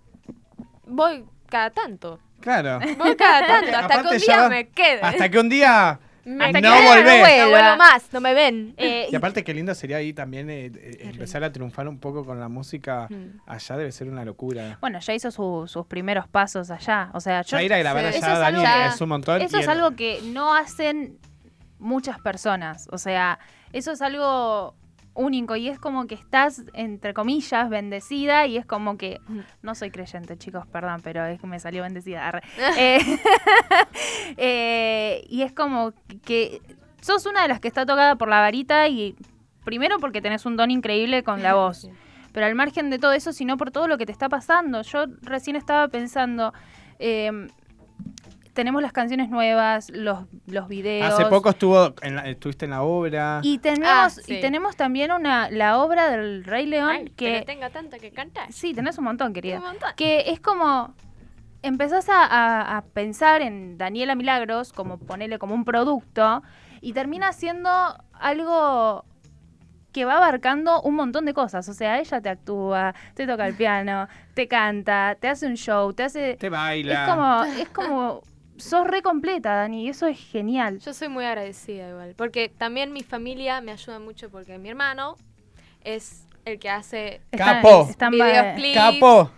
voy cada tanto.
claro.
Voy cada tanto, hasta que
aparte ya
un día
va-
me quede.
Hasta que un día
Me-
Hasta que
no
un día no
volvés.
vuelva.
no vuelvo más, no me ven.
eh,
Y aparte qué lindo sería ahí también eh, eh,
Claro.
empezar a triunfar un poco con la música.
Mm.
Allá debe ser una locura.
bueno, ya hizo su- sus primeros pasos allá. O sea, yo.
Ya ir a grabar
sí.
allá,
Eso es
Dani,
algo
que-
es un montón.
Eso
y
es
el-
algo que no hacen muchas personas. O sea, eso es algo único y es como que estás, entre comillas, bendecida y es como que... No soy creyente, chicos, perdón, pero es que me salió bendecida. arre. Eh, eh, y es como que sos una de las que está tocada por la varita y primero porque tenés un don increíble con la voz pero al margen de todo eso, sino por todo lo que te está pasando. Yo recién estaba pensando, eh, tenemos las canciones nuevas, los, los videos.
Hace poco estuvo en la- estuviste en la obra.
Y tenemos,
Ah, sí.
y tenemos también una, la obra del Rey León
Ay,
que...
pero tenga tanto que cantar.
Sí, tenés un montón,
Un
querida.
montón.
Que es como... Empezás a, a- a pensar en Daniela Milagros, como ponerle como un producto, y termina siendo algo que va abarcando un montón de cosas. O sea, ella te actúa, te toca el piano, te canta, te hace un show, te hace...
Te baila.
Es como, es como, sos re completa, Dani, y eso es genial.
Yo soy muy agradecida igual, porque también mi familia me ayuda mucho porque mi hermano es el que hace
Están-
Capo.
están va-
videoclips,
Capo.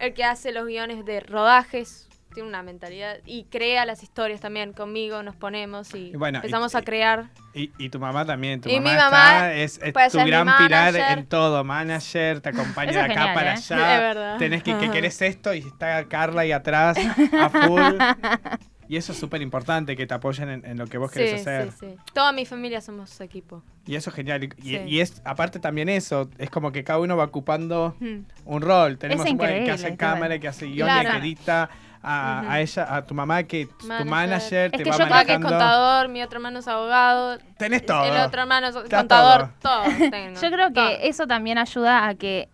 el que hace los guiones de rodajes, tiene una mentalidad y crea las historias también conmigo, nos ponemos y,
Y bueno, y-
empezamos
y-
a crear.
Y, y tu mamá también. Tu
Y mi
mamá,
mamá,
está, es, es
pues,
tu
es mi
gran pilar
manager.
en todo. Manager, te acompaña
Eso
de
es
acá
genial,
para
¿eh?
allá.
Es verdad.
Tenés que, que querés esto y está Carla ahí atrás, a full. Y eso es súper importante, que te apoyen en, en lo que vos querés
Sí,
hacer.
sí, sí. Toda mi familia somos equipo.
Y eso es genial. Y, y-
Sí.
y es aparte también eso, es como que cada uno va ocupando
Mm.
un rol. Tenemos un güey que
increíble,
hace
está
cámara,
bueno.
que hace guión,
Claro.
y que edita. A,
Ujú.
a ella, a tu mamá, que es tu
Manager.
manager,
Es
te
que
va
yo
Papá que es
manejando.
contador, mi otro hermano es abogado,
Tenés todo.
el otro hermano es
Está
contador, todo. tengo,
Yo creo que
todo.
eso también ayuda a que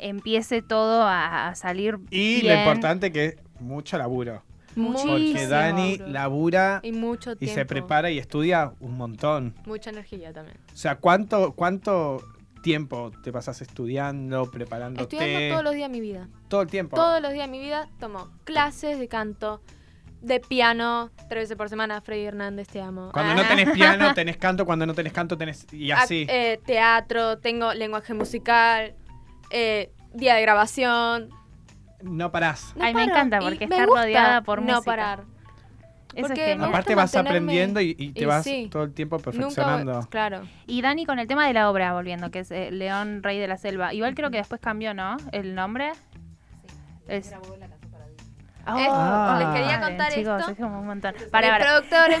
empiece todo a, a salir
Y
bien.
lo importante que es mucho laburo. Porque
Muchísimo.
Dani labura
y mucho
y
tiempo.
se prepara y estudia un montón.
Mucha energía también.
O sea, ¿cuánto, cuánto tiempo te pasas estudiando, preparándote?
Estudiando todos los días de mi vida.
Todo el tiempo.
Todos los días de mi vida tomo clases de canto, de piano, tres veces por semana. Freddy Hernández, te amo.
Cuando
Ah.
no tenés piano, tenés canto. Cuando no tenés canto, tenés... Y
Ac-
así.
eh, teatro, tengo lenguaje musical, eh, día de grabación.
No parás.
No
Ay, me
paro.
encanta
Y
porque
me
estar
gusta
rodeada por
no
música.
parar.
Eso
Porque
es genial.
me gusta
Aparte vas
mantenerme-
aprendiendo y, y te
y
vas
sí.
todo el tiempo
Nunca,
perfeccionando.
voy- claro.
Y Dani con el tema de la obra, volviendo, que es eh, León Rey de la Selva. Igual creo que después cambió, ¿no? El nombre. Es- Oh,
Esto,
Ah. les
quería
vale,
contar
chicos,
esto.
es como un montón.
Para,
Pará, pará.
productores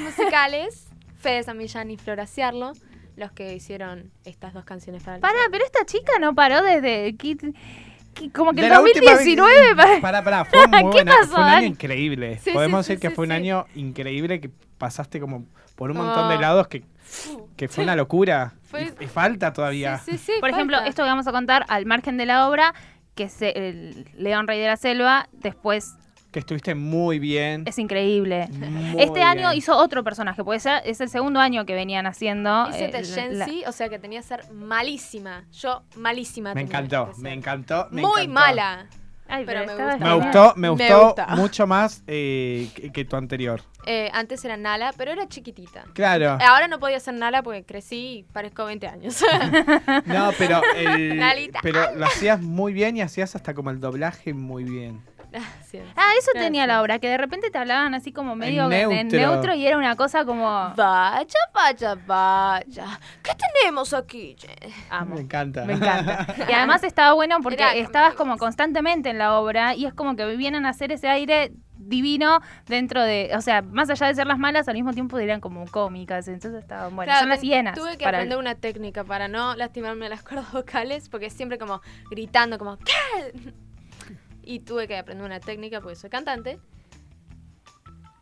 musicales, Fede Samillán y Floraciarlo, los que hicieron estas dos canciones para el
Pará, pero esta chica no paró desde. qui- qui- Como que
De
el
la última vez-
2019. pa-
Pará, pará, fue muy
¿Qué
buena,
pasó,
fue un
Dani?
año increíble.
Sí,
Podemos
sí, sí,
decir que
sí,
fue un
sí.
año increíble que pasaste como por un
Como-
montón de lados que,
Uh.
que fue una locura.
Fue-
Y, y falta
Sí,
todavía.
sí, sí,
Por ejemplo,
falta.
esto que vamos a contar al margen de la obra, que es eh, el León Rey de la Selva, después
Que estuviste muy bien.
es increíble.
muy
este año
bien.
hizo otro personaje, puede ser, es el segundo año que venían haciendo. eh,
Hice
la-
Jensi, o sea que tenía que ser malísima. Yo, malísima.
Me
tenía
encantó,
que ser.
me encantó. me
Muy
encantó.
mala.
Ay,
Pero
pero,
me
estaba
gusta.
Me
genial.
gustó, me
Me
gustó
gusta.
mucho más eh, que, que tu anterior.
Eh, antes era Nala, pero era chiquitita.
Claro.
Ahora no podía ser Nala porque crecí y parezco 20 años.
No, pero, el-
Lalita.
pero lo hacías muy bien y hacías hasta como el doblaje muy bien.
Gracias.
Ah, eso
Gracias.
tenía la obra, que de repente te hablaban así como medio de- de
neutro.
neutro y era una cosa como...
Vaya, vaya, vaya. ¿Qué tenemos aquí? che?
Amo.
Me encanta.
Me encanta. Y además estaba bueno porque
Era-
estabas como constantemente en la obra y es como que vienen a hacer ese aire divino dentro de, o sea, más allá de ser las malas, al mismo tiempo eran como cómicas, entonces estaban buenas.
Claro,
Son las
ten-
hienas.
Tuve que
para-
aprender una técnica para no lastimarme las cuerdas vocales porque siempre como gritando como ¿qué? Y tuve que aprender una técnica porque soy cantante.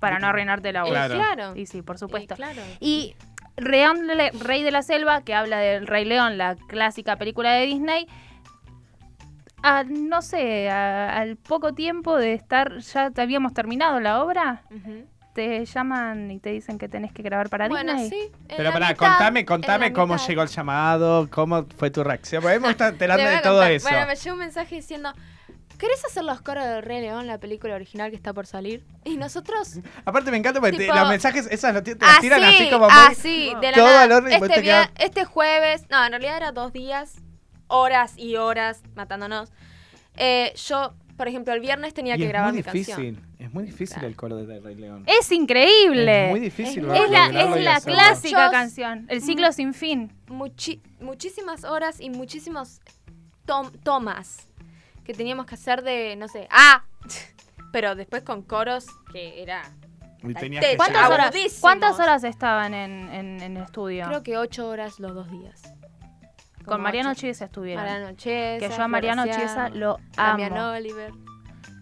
para no arruinarte la
Y
obra.
Claro.
Y Ah, sí, por supuesto.
y claro.
Y León, Le- Rey de la Selva, que habla del Rey León, la clásica película de Disney, a, no sé, a- al poco tiempo de estar, ya te habíamos terminado la obra,
Ujú.
te llaman y te dicen que tenés que grabar para
Bueno,
Disney.
sí. en
Pero
la
pará,
mitad,
contame,
en
contame
la
cómo
mitad.
llegó el llamado, cómo fue tu reacción. Porque hemos estado
Te
enterando
voy
de
a
todo
contar.
eso.
Bueno, me llegó un mensaje diciendo, ¿querés hacer los coros de Rey León, la película original que está por salir? Y nosotros
Aparte me encanta porque te-
Tipo-
los mensajes, esas los ti- te las tiran así como muy...
así, de la
todo
nada.
al horno y vos
este,
te quedás-
vier- este jueves, no, en realidad era dos días, horas y horas matándonos. Eh, yo, por ejemplo, el viernes tenía
Y
que
es
grabar
muy
mi
difícil,
canción.
es muy difícil el coro de Rey León.
Es increíble.
muy difícil.
Es
lograrlo
Es la,
y
es la
hacerlo.
clásica
Yo-
canción, el ciclo sin fin.
Muchi- muchísimas horas y muchísimos tom- tomas que teníamos que hacer de, no sé, ah, pero después con coros que era,
Y tenías
Te-
que
¿Cuántas
llegar-
horas-
agudísimos.
¿Cuántas horas estaban en, en- en el estudio?
creo que ocho horas los dos días. Como
Con Mariano
ocho.
Chiesa estuvieron.
Mariano Chiesa.
que yo a Mariano Chiesa lo
Damián
amo.
Oliver.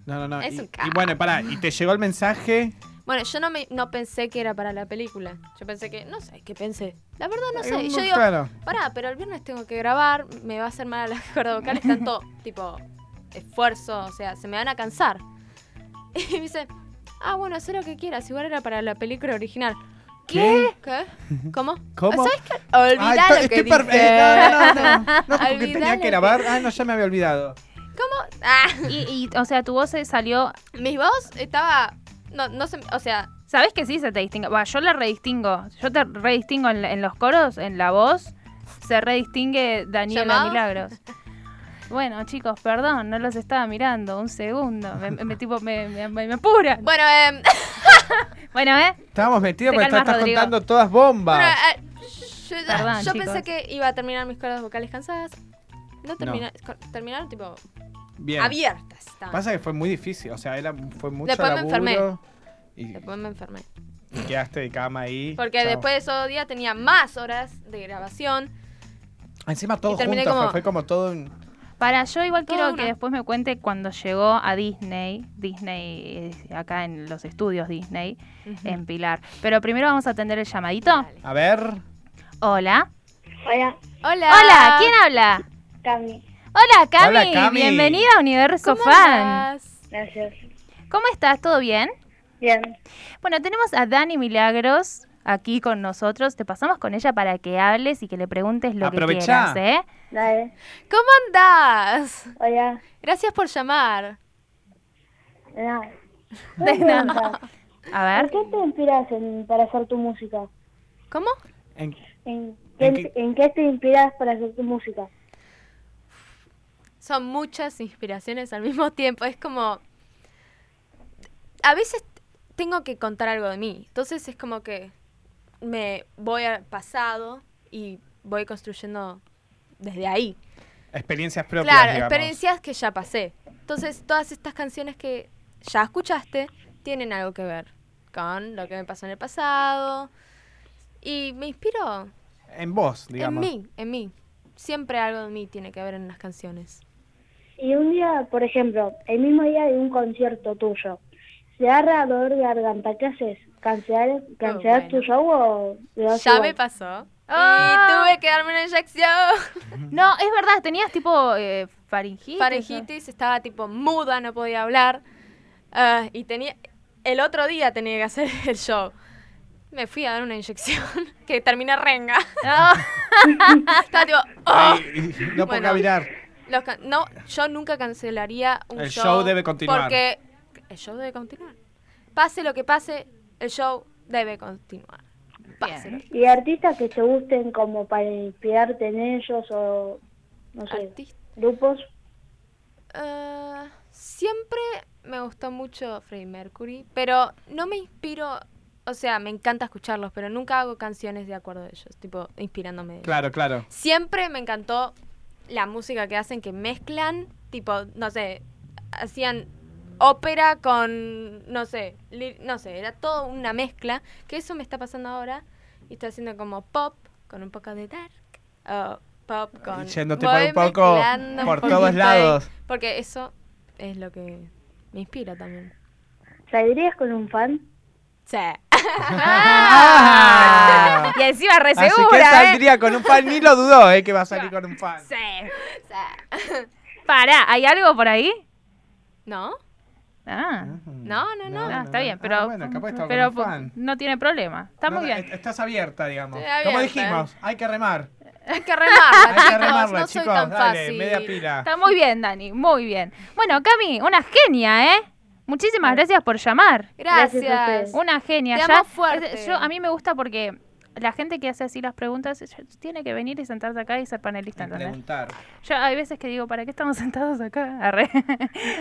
No, no, no.
Es
y,
un
y
capo.
bueno, pará, y te llegó el mensaje.
Bueno, yo no, me, no pensé que era para la película. Yo pensé que, no sé, ¿qué pensé? La verdad no
Eh,
sé.
muy
Yo digo,
claro.
pará, pero el viernes tengo que grabar, me va a hacer mal a las cuerdas vocales, tanto tipo esfuerzo, o sea, se me van a cansar. Y me dice, ah, bueno, haz lo que quieras, igual era para la película original.
¿Qué?
¿Qué? ¿Cómo?
¿Cómo?
¿Sabes qué? Olvidá
Ay, to-
lo que
estoy per-
dije.
eh, No, no, no. No, porque
Olvidá
tenía
lo
que
que-
grabar. Ah, no, ya me había olvidado.
¿Cómo? Ah,
Y, y, o sea, tu voz se salió.
mi voz estaba, no, no sé, o sea,
¿Sabes que sí se te distingue? Va, yo la redistingo. Yo te redistingo en, la- en los coros, en la voz. Se redistingue Daniela
¿Llamados?
Milagros. Bueno, chicos, perdón, no los estaba mirando. Un segundo. Me, me- tipo, me, me, me- me apuran.
bueno, eh,
Bueno, ¿eh?
Estábamos metidos
Te
porque estás
calmas, Rodrigo.
contando todas bombas.
Bueno, eh, yo
Perdón,
yo
chicos.
pensé que iba a terminar mis cuerdas vocales cansadas. No termina, co- terminaron tipo
Bien.
abiertas. estaban.
Pasa que fue muy difícil, o sea, era, fue mucho
Ah. Después me
laburo
enfermé.
Y,
Después me enfermé.
y quedaste de cama ahí.
Porque
chao.
después de esos días tenía más horas de grabación.
Encima todo
y terminé
junto,
como-
fue, fue como todo un...
Para yo igual
Toda
quiero
una.
que después me cuente cuando llegó a Disney, Disney eh, acá en los estudios Disney, en Pilar. Pero primero vamos a atender el llamadito.
Dale.
A ver,
Hola.
Hola,
Hola.
Hola, ¿quién habla?
Cami.
Hola Cami.
Hola, Cami.
bienvenida a Universo
¿Cómo
Fan.
andás?
Gracias.
¿Cómo estás? ¿Todo bien?
Bien.
Bueno, tenemos a Dani Milagros aquí con nosotros. Te pasamos con ella para que hables y que le preguntes lo
Aprovechá.
que quieras, ¿eh?
Dale.
¿Cómo andás?
Hola.
Gracias por llamar.
No.
A
¿En
ver.
qué te inspiras en- para hacer tu música?
¿Cómo?
en-
¿En qué,
¿En qué-
en qué te inspiras para hacer tu música?
Son muchas inspiraciones al mismo tiempo. Es como. A veces tengo que contar algo de mí. Entonces es como que me voy al pasado y voy construyendo desde ahí.
Experiencias propias.
Claro,
digamos.
experiencias que ya pasé. Entonces, todas estas canciones que ya escuchaste tienen algo que ver con lo que me pasó en el pasado. Y me inspiro
En vos, digamos.
en mí, en mí. Siempre algo de mí tiene que ver en las canciones.
Y un día, por ejemplo, el mismo día de un concierto tuyo, se agarra dolor de garganta, ¿qué haces? ¿Cancelar, cancelar
bueno.
tu show o le das
Ya
igual?
me pasó.
Ah.
Y tuve que darme una inyección.
No, es verdad, tenías tipo eh, faringitis.
Faringitis, estaba tipo muda, no podía hablar. Ah, y tenía. El otro día tenía que hacer el show. Me fui a dar una inyección que termina renga.
Ah,
Estaba tipo. "Oh".
Ay, no puedo
Bueno.
caminar.
Los can- no, yo nunca cancelaría un
El
show.
show debe continuar.
Porque el show debe continuar. Pase lo que pase, el show debe continuar. Pase lo que-
Y artistas que se gusten como para inspirarte en ellos o, no sé,
Artista.
grupos.
Eh, siempre me gustó mucho Freddie Mercury, pero no me inspiro. O sea, me encanta escucharlos, pero nunca hago canciones de acuerdo de ellos, tipo inspirándome de ellos.
Claro, claro.
Siempre me encantó la música que hacen, que mezclan, tipo, no sé, hacían ópera con, no sé, li- no sé, era todo una mezcla, que eso me está pasando ahora, y está haciendo como pop con un poco de dark, o pop con...
Yéndote
voy
por un poco-
mezclando un
por
poquito
todos lados.
ahí, porque eso es lo que me inspira también.
¿Saldrías con un fan?
Sí.
Ah.
y encima re
Así que
segura, ¿eh?
saldría con un fan, ni lo dudó, eh, que va a salir con un fan.
Sí. Pará, ¿hay algo por ahí?
¿No?
Ah.
No, no, no.
Ah, está bien, pero,
Ah, bueno, capaz estaba
pero
con un fan.
no tiene problema. Está muy
No,
bien.
est- Estás abierta, digamos.
Estoy
Como
abierta.
dijimos, hay que remar.
Hay que remarla,
Hay que
chicos,
remarla,
no soy
chicos.
tan
Dale,
fácil.
media pila.
Está muy bien, Dani, muy bien. Bueno, Cami, una genia, ¿eh? Muchísimas gracias por llamar.
Gracias.
Gracias a ustedes.
Una genia.
Te
ya-
amo fuerte.
Yo, a mí me gusta porque la gente que hace así las preguntas ya tiene que venir y sentarse acá y ser panelista,
¿eh?
Y
¿entendés?
preguntar.
Yo hay veces que digo, ¿para qué estamos sentados acá? Arre.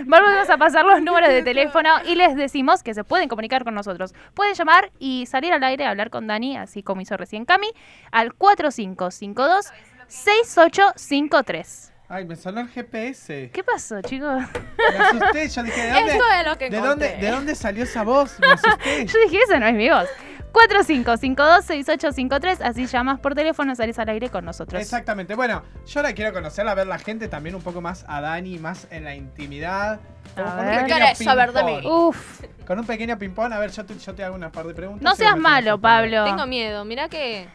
Volvemos a pasar los números de teléfono y les decimos que se pueden comunicar con nosotros. Pueden llamar y salir al aire a hablar con Dani, así como hizo recién Cami, al 4552 6853.
Ay, me sonó el GPS.
¿Qué pasó, chicos?
Me asusté, yo dije, ¿de dónde?
Eso es lo que
¿De
encontré.
dónde, ¿De dónde salió esa voz? Me asusté.
Yo dije, esa no es mi voz. 4552-6853, así llamas por teléfono, salís al aire con nosotros.
Exactamente. Bueno, yo ahora quiero conocerla, ver la gente también un poco más a Dani, más en la intimidad.
A
con,
ver.
Un
¿Qué
pequeño
querés saber de
ping-pong.
Uf,
Uh.
con un pequeño ping-pong, a ver, yo te, yo te hago unas par de preguntas.
no
y vos
seas
me
malo,
tenés que responder.
Pablo.
Tengo miedo, mira que.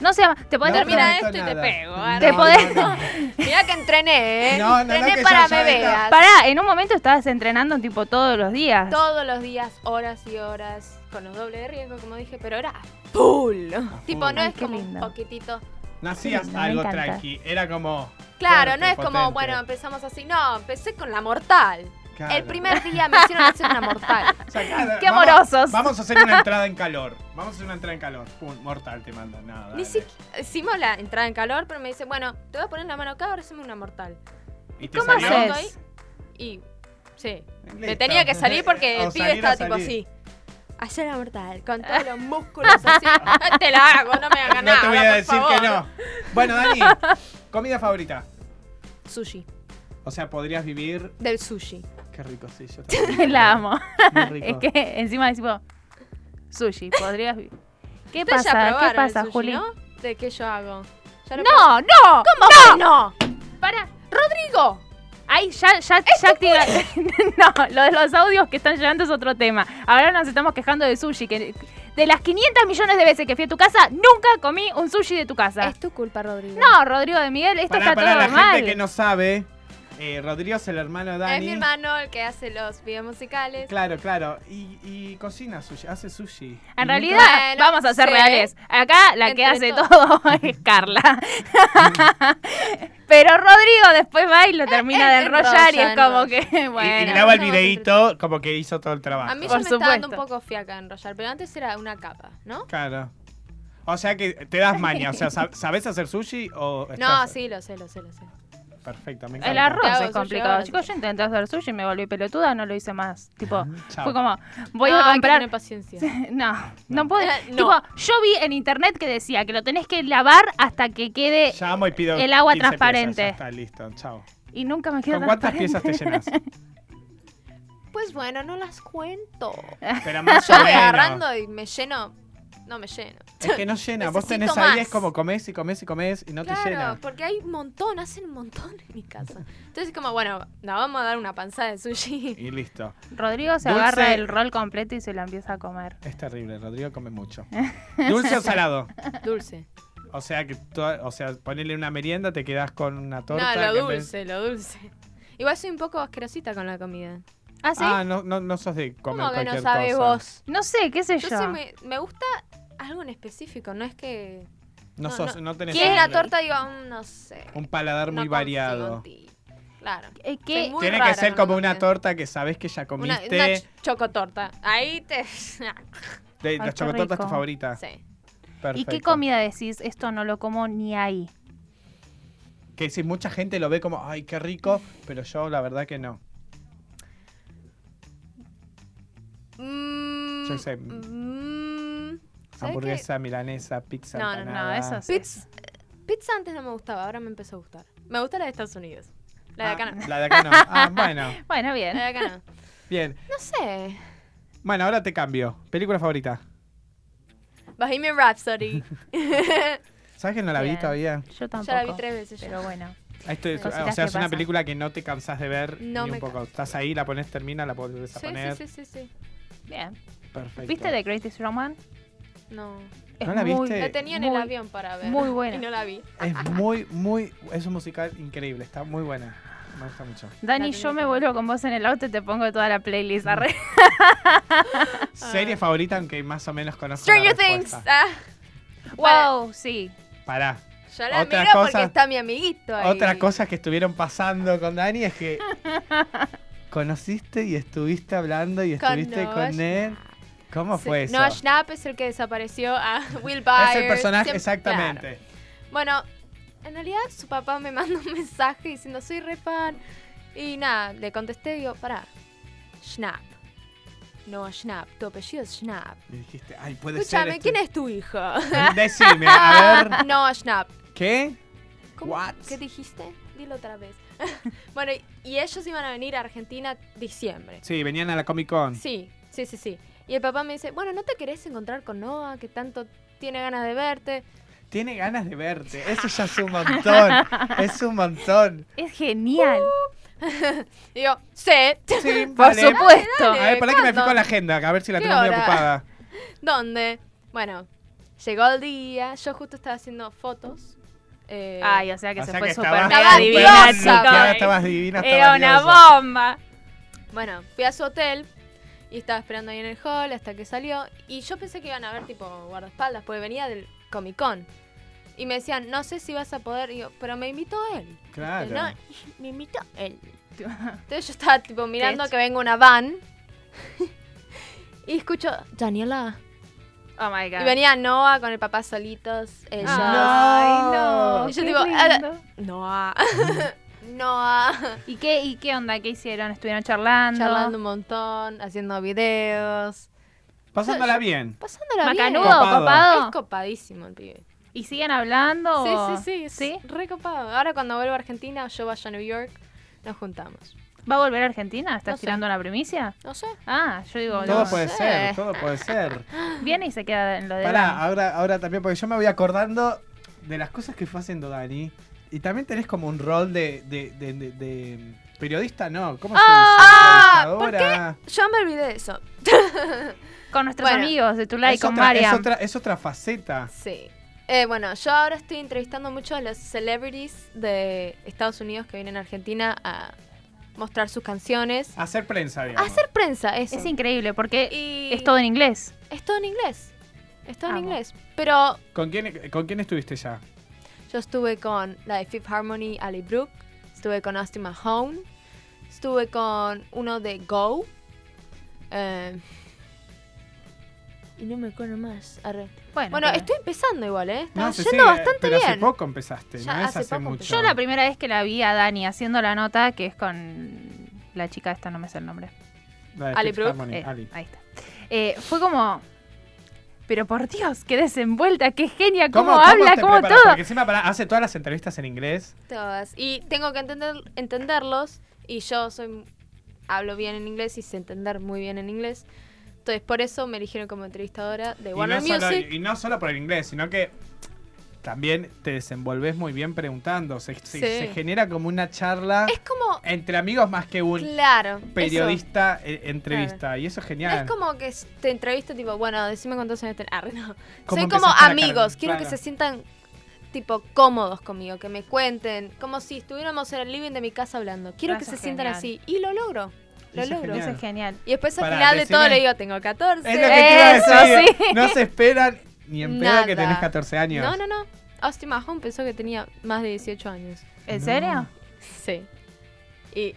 No seas ma- Te podés
No,
terminar.
Termina
prometo
esto y te
nada.
pego.
No,
ahora.
Te podés-
Mirá que entrené, ¿eh?
No, no, no,
entrené
que ya-
para
ya
me
está.
veas.
Pará, en un momento estabas entrenando tipo todos los días.
Todos los días, horas y horas, con los dobles de riesgo, como dije, pero era a full. Tipo, no
Ay,
es
qué
como
lindo.
un poquitito.
No hacías
Sí, me
algo
encanta.
tranqui. Era como.
Claro,
fuerte,
no es como,
potente.
bueno, empezamos así. No, empecé con la mortal.
Claro.
El primer día me hicieron hacer una mortal.
O sea, claro,
Qué
vamos-
amorosos.
Vamos, a hacer una entrada en calor. Vamos a hacer una entrada en calor. Pum, mortal te manda. Nada.
Ni siquiera hicimos la entrada en calor, pero me dice, bueno, te voy a poner la mano acá, ahora hacemos una mortal.
¿Y te
¿Cómo
salió?
haces?
haces?
Y sí, me
Listo.
tenía que salir porque
O
el pibe
salir o
estaba tipo
salir.
así. Ayer era mortal, con todos los músculos así. te la hago, no me hagas
No
nada.
te voy a
por
decir
favor.
que no. Bueno, Dani, comida favorita.
Sushi,
O sea, podrías vivir.
del sushi.
Qué rico, sí, yo también.
La amo.
Muy
Es
rico.
que encima decimos, sushi, podrías... vi- ¿Qué
Ustedes ya
pasa?
probaron
¿Qué
el
pasa,
sushi,
Juli?
¿no? ¿De qué yo hago? Ya lo probé.
No, no,
¿Cómo que no?
pará.
Rodrigo,
Ahí ya, ya, ya activa. no, lo de los audios que están llegando es otro tema. Ahora nos estamos quejando de sushi. Que de las 500 millones de veces que fui a tu casa, nunca comí un sushi de tu casa.
es tu culpa, Rodrigo.
No, Rodrigo de Miguel, esto
Para,
está
para
todo
la
mal.
gente que no sabe, eh, Rodrigo es el hermano de Dani.
Es mi hermano el que hace los videos musicales.
Claro, claro. Y, y cocina sushi, hace sushi.
En
Y
realidad,
nunca-
Bueno,
vamos a ser
sí.
reales. Acá la que hace
Entre todos.
todo es Carla. Pero Rodrigo después va y lo termina de
eh,
enrollar y es
enrolla,
como
enrolla.
que,
y, y
bueno.
graba el
no,
videíto como que hizo todo el trabajo.
A mí
Por
ya me está dando un
supuesto.
poco fiaca enrollar, pero antes era una capa, ¿no?
Claro. O sea que te das maña. O sea, sab- ¿sabés hacer sushi o.?
No,
estás-
sí, lo sé, lo sé, lo sé.
Perfecto, me encanta.
El arroz
Te hago
es
sushi
complicado.
ahora.
Chicos, yo intenté hacer sushi y me volví pelotuda, no lo hice más. Tipo,
Ah, Chao.
fue como, voy
No,
a
hay que
comprar.
tener paciencia.
No, no puedo.
Eh, no.
Tipo, yo vi en internet que decía que lo tenés que lavar hasta que
Eh,
quede.
Llamo y pido
el agua
15
transparente.
piezas, ya está listo, chao.
Y nunca me quedó
¿Con cuántas piezas te
transparente.
llenas?
Pues bueno, no las cuento.
Pero más
Yo
o
voy
menos.
agarrando y me lleno. No me lleno.
Es que no llena. Vos tenés
Necesito
ahí,
más.
es como comés y comés y comés y no te
claro,
llena.
porque hay un montón, hacen un montón en mi casa. Entonces, como, bueno, nos vamos a dar una panzada de sushi.
Y listo.
Rodrigo se
Dulce.
agarra el rol completo y se lo empieza a comer.
Es terrible, Rodrigo come mucho. ¿Dulce o salado?
Dulce.
O sea, que toda- o sea, ponerle una merienda, te quedás con una torta.
no,
que
lo
en vez-
dulce, lo dulce. Igual soy un poco asquerosita con la comida.
¿Ah, sí?
Ah, no, no, no sos de comer
¿Cómo que
cualquier
no sabes
cosa.
vos?
No sé, qué sé yo.
Entonces, me, me gusta algo en específico, no es que.
No,
No,
sos, no,
no.
tenés
Si es la
un-
torta, digo, "Mm, no sé.
un paladar muy
no confío en
variado.
ti". Claro.
Eh, ¿qué?
Soy muy-
Tiene
rara,
que ser
no
como
confío.
una torta que sabes que ya
Una,
comiste. Ah.
una ch- chocotorta. Ahí te. sí.
De-
Ay,
¿La
qué
chocotorta es tu
rico.
favorita?
¿Y
Perfecto.
qué comida decís? Esto no lo como ni ahí.
Que si mucha gente lo ve como, ay, qué rico, pero yo la verdad que no.
Mm,
Yo sé.
mm, ¿sabes qué?
Hamburguesa, milanesa, pizza,
No, no, no,
No,
empanada.
eso sí.
Pizza, pizza antes no me gustaba, ahora me empezó a gustar. Me gusta la de Estados Unidos. La de acá
Ah,
no.
La de acá no. Ah, bueno,
Bueno,
La
bien.
de acá no.
bien.
No sé.
Bueno, ahora te cambio. Película favorita.
Bohemian Rhapsody.
¿Sabes que no la vi
Bien.
todavía?
Yo tampoco.
Ya la vi tres veces. ya.
Pero bueno.
Ah, esto es-
Cositas
o sea,
que
es una
pasan.
película que no te cansás de ver
No
ni un
me
poco. Estás ahí, la pones, termina, la pones a
Sí,
poner.
sí, sí, sí, sí.
Bien.
Perfecto.
¿Viste The Greatest Roman?
No.
Es
¿No la
muy-
viste?
La tenía en el
Muy-
avión para ver.
muy buena.
Y no la vi.
Es muy, muy. Es un musical increíble. Está muy buena. Me gusta mucho.
Dani,
La
yo
tenía
me
que-
vuelvo con vos en el auto y te pongo toda la playlist.
Mm.
arre.
Serie favorita, aunque más o menos conozco. la
Stranger Things.
respuesta.
Ah,
wow, sí.
Pará.
yo la
Otra
miro
cosa-
porque está mi amiguito ahí.
Otra cosa que estuvieron pasando con Dani es que conociste y estuviste hablando y
Con
estuviste
Noah
con él. ¿Cómo
Sí.
fue eso?
No, Schnapp es el que desapareció a Will Byers.
es el personaje,
Siempre-
exactamente.
claro. Bueno, en realidad su papá me mandó un mensaje diciendo soy re fan. Y nada, le contesté y digo, pará, Schnapp. No, Schnapp, tu apellido es Schnapp.
Y dijiste, ay, puede
Escúchame,
ser.
¿quién es tu hijo?
es? Decime, a ver.
no, Schnapp.
¿Qué?
¿Cómo?
What?
¿Qué dijiste? Dilo otra vez. bueno, y, y ellos iban a venir a Argentina diciembre.
Sí, venían a la Comic Con.
Sí, sí, sí, sí. Y el papá me dice, bueno, ¿no te querés encontrar con Noah, que tanto tiene ganas de verte?
Tiene ganas de verte. Eso ya es un montón. es un montón.
Es genial.
Uh, Y digo, sí,
Sí,
Por
vale.
supuesto.
A ver, pará que me
¿cuándo?
fijo en la agenda, a ver si la
¿Qué
tengo muy
hora?
ocupada.
¿dónde? Bueno, llegó el día, yo justo estaba haciendo fotos. eh,
Ay, o sea que
O
se
sea
fue
que
súper
estabas
mega
súper
divina,
diosa,
Claro,
chicos.
estabas divina,
Era
estabas
una
diosa.
bomba.
Bueno, fui a su hotel y estaba esperando ahí en el hall hasta que salió. Y yo pensé que iban a haber tipo guardaespaldas, porque venía del Comic Con. Y me decían, no sé si vas a poder. Y yo, pero me invitó él.
Claro.
No, me invitó él. Entonces yo estaba tipo mirando que venga una van. y escucho, Daniela.
Oh my god.
Y venía Noah con el papá solitos. Ellos.
Ah, Ay, no.
Y yo
qué
digo,
lindo.
Noah. Noah.
¿Y qué, ¿Y qué onda? ¿Qué hicieron? ¿Estuvieron charlando?
ah. Charlando un montón, haciendo videos.
Pasándola bien.
Pasándola
¿Macanudo?
bien.
Copado.
¿Copado?
Es copadísimo el pibe.
¿Y siguen hablando? o-
Sí, sí, sí.
¿Sí?
Es re copado. Ahora cuando vuelvo a Argentina, yo vaya a New York, nos juntamos.
¿Va a volver a Argentina? ¿Estás
No sé.
tirando una primicia?
No sé.
Ah, yo digo,
Todo
no.
puede
sé.
ser, todo puede ser.
viene y se queda en lo de
Pará,
Dani.
ahora, ahora también, porque yo me voy acordando de las cosas que fue haciendo Dani. Y también tenés como un rol de, de, de- de- de periodista, ¿no? ¿Cómo se dice?
Ah,
Entrevistadora.
Yo me olvidé de eso.
Con nuestros
Bueno,
amigos de Tulay,
es,
con
otra, es,
Mariam.
otra, es otra faceta.
Sí. Eh, bueno, yo ahora estoy entrevistando mucho a los celebrities de Estados Unidos que vienen a Argentina a mostrar sus canciones.
Hacer prensa,
A
digamos.
hacer prensa, eso.
Es increíble porque
Y
es todo en inglés.
es todo en inglés. Es todo en
Amo.
inglés. Pero
¿Con quién, ¿Con quién estuviste ya?
Yo estuve con la de Fifth Harmony, Ali Brooke. Estuve con Austin Mahone. Estuve con uno de Go. eh,
y no me acuerdo más. Arre.
Bueno,
Bueno,
pero-
estoy empezando igual, ¿eh?
No,
Estamos
sí,
yendo
sí,
bastante
pero
bien.
Hace poco empezaste,
Ya
no es
hace
hace
poco
mucho.
Yo la primera vez que la vi a Dani haciendo la nota, que es con la chica esta, no me sé el nombre.
La de
Ali
Fifth
Brook,
Harmony,
Eh,
Ali.
Ahí está. Eh, fue como... Pero por Dios, qué desenvuelta, qué genia, cómo, habla,
te
cómo
preparas?
todo.
Porque encima pará, hace todas las entrevistas en inglés.
Todas. Y tengo que entender, entenderlos. Y yo soy hablo bien en inglés y sé entender muy bien en inglés. Entonces, por eso me eligieron como entrevistadora de
Y
Warner
no, solo,
Music.
y no solo por el inglés, sino que también te desenvolves muy bien preguntando. Se, se-
Sí.
se genera como una charla
Es como,
entre amigos más que un
claro. eso.
periodista eh, entrevista. Y eso es genial.
Es como que s- te entrevisto, tipo, bueno, decime cuántos años tenés. Arre, no.
¿Cómo
Soy como
empezaste la
amigos.
carrera?
Quiero
Claro.
que se sientan, tipo, cómodos conmigo. Que me cuenten. Como si estuviéramos en el living de mi casa hablando. Quiero
Ah,
que
eso
se
es
sientan
genial.
así. Y lo logro.
Eso
Lo
es
logro.
Eso es genial.
Y después al
Pará,
final de
decime-
todo le digo, tengo Eh, 14.
Es lo que te iba a
Eso,
decir.
sí.
No se esperan ni en pedo que
Nada.
tenés 14 años.
No, no, no. Austin Mahone pensó que tenía más de 18 años.
¿En
No.
serio?
Sí. Y,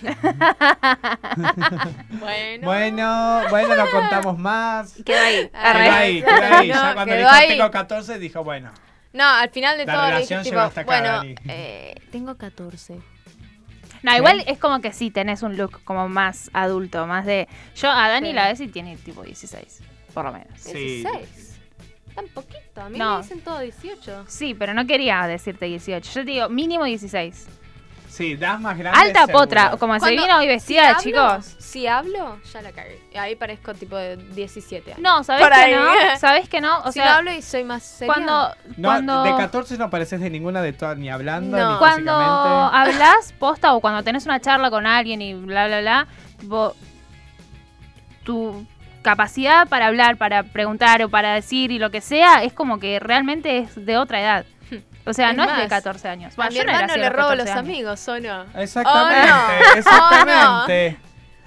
bueno.
Bueno, bueno, no contamos más.
Quedó ahí.
Arre.
Quedó ahí, quedó ahí. Ya
No,
cuando
quedó
dijo
ahí.
tengo 14, dijo bueno.
No, al final de
La
todo le dije,
relación
tipo,
llegó hasta acá,
bueno,
Dani.
eh, tengo 14.
No, igual es como que sí tenés un look como más adulto, más de. Yo a Dani
Sí.
la ves y tiene tipo 16, por lo menos.
Sí.
16. Tan poquito. A mí
No.
me dicen todo 18.
Sí, pero no quería decirte 18. Yo te digo mínimo 16.
Sí, das más grande.
Alta
seguro.
potra, como se
Cuando-
vino hoy vestida,
Si hablo-
chicos.
Si hablo, ya la cagué. Ahí parezco tipo de 17 años.
No, ¿sabés
Por
que
ahí.
no? ¿Sabés que no? O
si no
sea,
hablo y soy más seria.
cuando.
No,
cuando...
de 14 no pareces de ninguna de todas, ni hablando,
No.
ni
cuando
físicamente.
hablas posta o cuando tenés una charla con alguien y bla bla bla, tipo tu capacidad para hablar, para preguntar o para decir y lo que sea, es como que realmente es de otra edad. O sea,
Es
no es de
más,
14 años.
a
Bueno,
mi
yo no era
hermano
así
le
los
robo a
14
los
años.
amigos, ¿o no?
Exactamente,
Oh, no.
exactamente.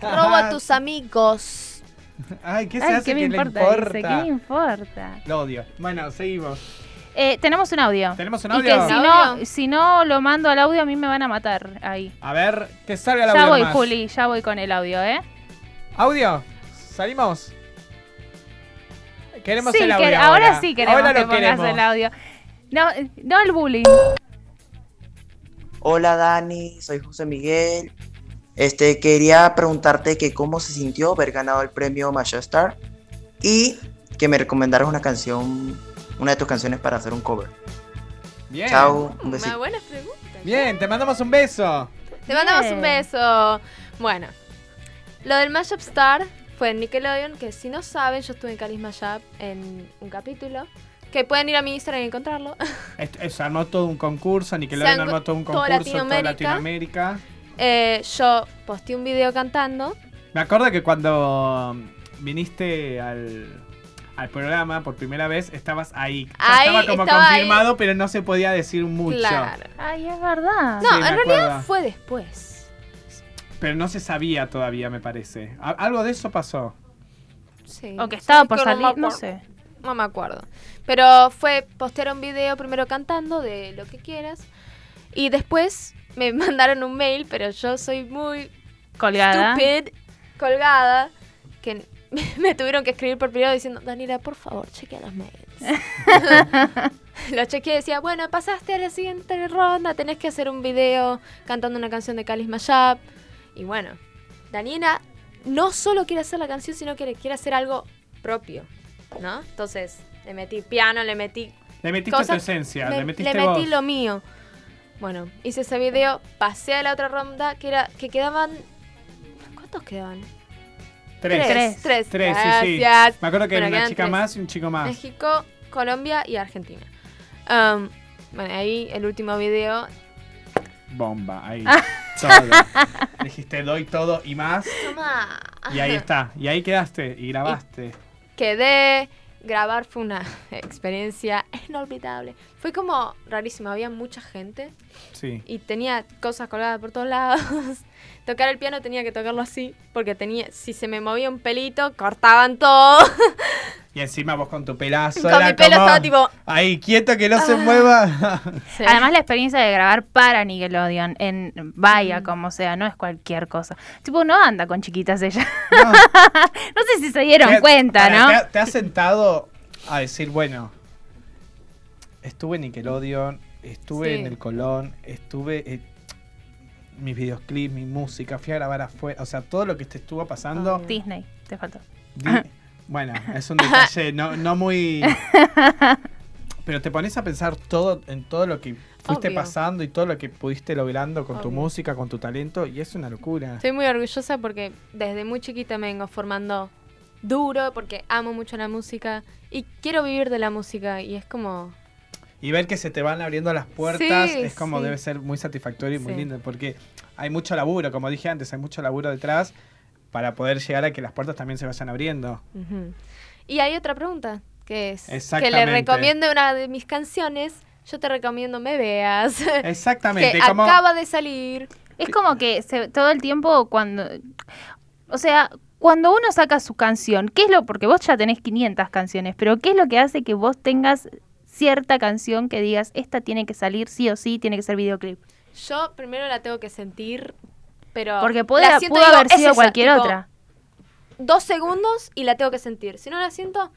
Oh,
Robo a tus amigos.
Ay, ¿qué se
Ay,
hace
¿qué me
que
importa?
le
dice,
importa?
¿qué me importa?
Lo odio. Bueno, seguimos.
Eh, tenemos un audio.
¿Tenemos un
Y que
audio?
si
¿Un
no,
audio?
si no lo mando al audio, a mí me van a matar ahí.
A ver, que salga el audio.
Ya voy,
nomás.
Juli, ya voy con el audio, ¿eh?
Audio, salimos. Queremos
Sí,
el audio.
que-
ahora.
ahora. sí queremos
Ahora
que
lo
pongas
queremos.
el audio. No, no el bullying.
Hola Dani, soy José Miguel. Este, quería preguntarte que cómo se sintió haber ganado el premio Manchester y que me recomendaras una canción, una de tus canciones para hacer un cover.
Bien.
Chao, un
Una
besito.
buena pregunta.
Bien, te mandamos un beso.
Te mandamos
Bien.
un beso. Bueno, lo del Mashup Star fue en Nickelodeon, que si no saben, yo estuve en Calis Mashup en un capítulo. Que pueden ir a mi Instagram y encontrarlo.
Est- eh, Se armó todo un concurso, Nickelodeon
Se han-
armó todo un
todo
concurso, toda
Latinoamérica.
Latinoamérica.
Eh, yo posteé un video cantando.
Me acuerdo que cuando mm, viniste al, al programa por primera vez, estabas ahí. Ya
Ahí,
estaba como
estaba
confirmado, pero no se podía decir mucho.
Claro.
Ay, es verdad.
No,
Sí,
en
me
realidad
acuerdo.
fue después.
Pero no se sabía todavía, me parece. A- algo de eso pasó.
Sí.
O que estaba
Sí,
por
que me
salir, no
acuerdo.
sé.
No me acuerdo. Pero fue postear un video primero cantando de lo que quieras. Y después me mandaron un mail, pero yo soy muy
Colgada.
stupid, colgada, que me tuvieron que escribir por privado diciendo, Daniela, por favor, chequea los mails. Lo chequeé y decía, bueno, pasaste a la siguiente ronda, tenés que hacer un video cantando una canción de Calis Mashup. Y bueno, Daniela no solo quiere hacer la canción, sino que quiere hacer algo propio, ¿no? Entonces, le metí piano, le metí
Le metiste
Cosa-
tu esencia,
me-
le metiste
metí
vos.
lo mío. Bueno, hice ese video, pasé a la otra ronda que era que quedaban ¿Cuántos quedaban?
Tres.
Tres.
Tres, tres.
Tres, sí, sí.
Gracias.
Me acuerdo que era
Bueno,
una
quedan
chica
tres.
más y un chico más.
México, Colombia y Argentina. Am, bueno, ahí el último video.
Bomba, ahí.
Ah.
todo. Dijiste doy todo y más.
Toma.
Y ahí está. Y ahí quedaste y grabaste.
Quedé. Grabar fue una experiencia inolvidable. Fue como rarísimo, había mucha gente
Sí.
y tenía cosas colgadas por todos lados. Tocar el piano tenía que tocarlo así, porque tenía, si se me movía un pelito, cortaban todo.
Y encima vos con tu pelazo.
Con
era
mi pelo
como,
estaba tipo-
Ahí, quieto que no
Ah.
se mueva.
Sí.
Además, la experiencia de grabar para Nickelodeon, en vaya como sea, no es cualquier cosa. Tipo, no anda con chiquitas ella.
No.
no sé si se dieron
Te-
cuenta,
pará,
¿no?
Te, ha- te has sentado a decir, bueno, estuve en Nickelodeon, estuve
Sí.
en el Colón, estuve eh, mis videoclips, mi música, fui a grabar afuera, o sea, todo lo que te estuvo
Ah,
pasando.
Disney, te faltó.
di- bueno, es un detalle no, no muy... Pero te pones a pensar todo en todo lo que fuiste
Obvio.
pasando y todo lo que pudiste logrando con tu
Obvio.
música, con tu talento, y es una locura.
Estoy muy orgullosa porque desde muy chiquita me vengo formando duro porque amo mucho la música y quiero vivir de la música y es como
Y ver que se te van abriendo las puertas
Sí,
es como
sí.
debe ser muy satisfactorio y muy
Sí.
lindo, porque hay mucho laburo, como dije antes, hay mucho laburo detrás para poder llegar a que las puertas también se vayan abriendo.
Ujú. Y hay otra pregunta, que es que le
Exactamente.
recomiendo una de mis canciones, yo te recomiendo me veas,
Exactamente,
Eh, que
como
acaba de salir.
Es como que se- todo el tiempo cuando... O sea, cuando uno saca su canción, ¿qué es lo... Porque vos ya tenés 500 canciones, pero ¿qué es lo que hace que vos tengas cierta canción que digas, esta tiene que salir sí o sí, tiene que ser videoclip?
Yo primero la tengo que sentir, pero
Porque puede,
la siento y
pudo
digo,
haber
"Es
sido
esa",
cualquier
tipo,
otra.
Dos segundos y la tengo que sentir. Si no la siento,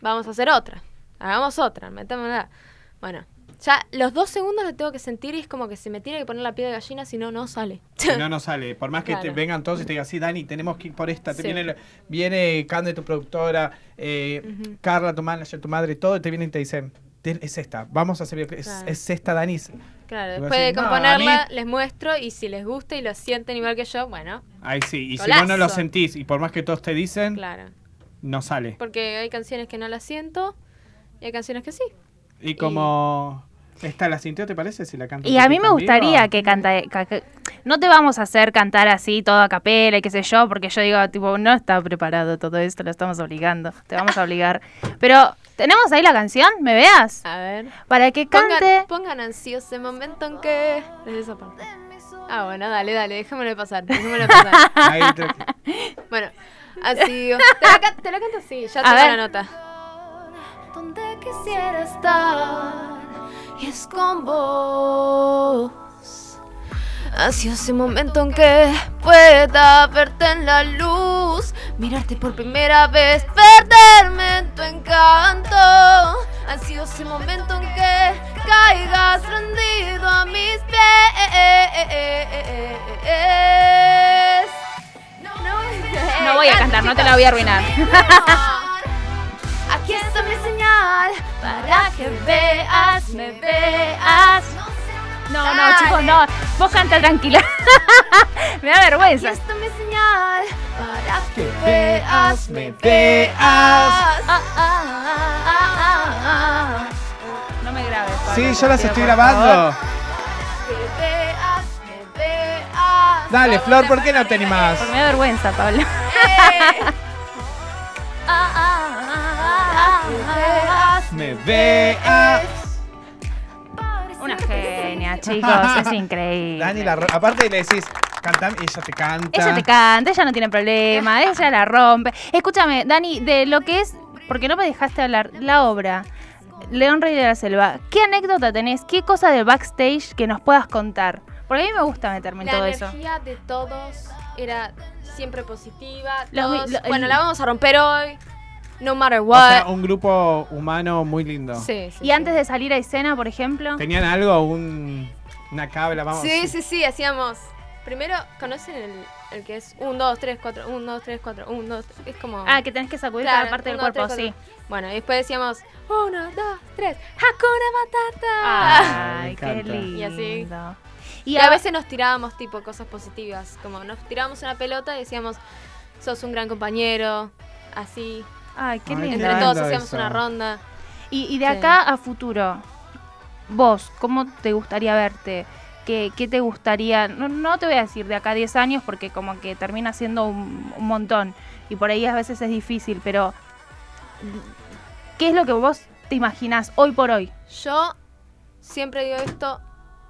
vamos a hacer otra. Hagamos otra, metámosla. Bueno, ya los dos segundos la tengo que sentir y es como que se me tiene que poner la piel de gallina, si no, no sale.
que no nos sale, por más que te
Claro.
vengan todos y te digan, sí, Dani, tenemos que ir por esta, te
Sí.
viene, la- viene Cande, tu productora, eh,
Ujú.
Carla, tu manager, tu madre, todo, y te vienen y te dicen, "Ten- es esta, vamos a hacer, videoclip, es,
Claro.
es esta, Dani,
Claro,
Iba a
después de
decir, "No,
componerla,
a
les muestro y si les gusta y lo sienten igual que yo, bueno,
Ahí sí, y si vos no
Golazo.
lo sentís, y por más que todos te dicen,
claro.
no sale.
Porque hay canciones que no las siento y hay canciones que sí.
Y como esta la sintió, ¿te parece? Si la canta.
Y a mí me gustaría que canta... ca- que- no te vamos a hacer cantar así todo a capela y qué sé yo, porque yo digo, tipo, no está preparado todo esto, lo estamos obligando, te vamos a obligar. Pero, ¿tenemos ahí la canción? ¿Me veas?
A ver.
Para que cante...
Pongan, pongan ansioso el momento en que... Desde esa parte. Ah, bueno, dale, dale, déjamelo pasar, déjamelo pasar. bueno, así... Te la, can- te la canto así, ya
A
tengo
ver.
la nota.
donde quisiera estar y es con vos. Hacia ese momento en que pueda verte en la luz, mirarte por primera vez, perderme en tu encanto. Hacia ese momento en que caigas rendido a mis pies.
No voy a cantar, no te la voy a arruinar.
Aquí está mi señal para que veas, me veas.
No, no, chicos, no. Vos canta tranquila. Me da
Aquí
vergüenza.
está mi señal para que
Veas,
veas,
me
me
veas.
veas. Ah, ah, ah, ah, ah.
No me grabes.
Sí, yo las estoy grabando.
Que veas, me veas.
Dale, Flor, ¿por qué no te animás?
Me da vergüenza, Pablo.
Ah, ah, ah, ah, que veas.
Me veas.
Una genia, chicos. Es increíble.
Dani, la ro- aparte le decís, canta, y ella te canta.
Ella te canta, ella no tiene problema, ella la rompe. Escúchame, Dani, de lo que es, porque no me dejaste hablar, la obra. León Rey de la Selva, ¿qué anécdota tenés? ¿Qué cosa de backstage que nos puedas contar? Porque a mí me gusta meterme en
La
todo eso.
energía de todos era siempre positiva.
Los vi-
todos-
lo-
bueno,
el-
la vamos a romper hoy. No matter
O sea,
what.
un grupo humano muy lindo.
sí, sí,
Y
sí.
antes de salir a escena, por ejemplo.
¿Tenían algo? Un, una cabla, vamos.
Sí, sí, sí, hacíamos. Primero, ¿conocen el, el que es 1, 2, 3, 4, 1, 2, 3, 4, 1, 2, Es como.
Ah, que tenés que sacudir
Claro,
cada parte del
uno, tres,
cuerpo, sí.
cuatro. Bueno, y después decíamos 1, 2, 3, Hakuna Matata.
Ay,
Ay,
me
qué
encanta.
lindo.
Y así.
Y
Ah, Y a veces nos tirábamos, tipo, cosas positivas. Como nos tirábamos una pelota y decíamos, sos un gran compañero. Así.
Ay, qué
Ay,
lindo.
Entre todos
lindo
hacíamos
eso.
una ronda.
Y, y de
Sí.
acá a futuro, vos, ¿cómo te gustaría verte? ¿Qué, qué te gustaría? No, no te voy a decir de acá a 10 años porque como que termina siendo un, un montón. Y por ahí a veces es difícil, pero ¿qué es lo que vos te imaginás hoy por hoy?
Yo siempre digo esto,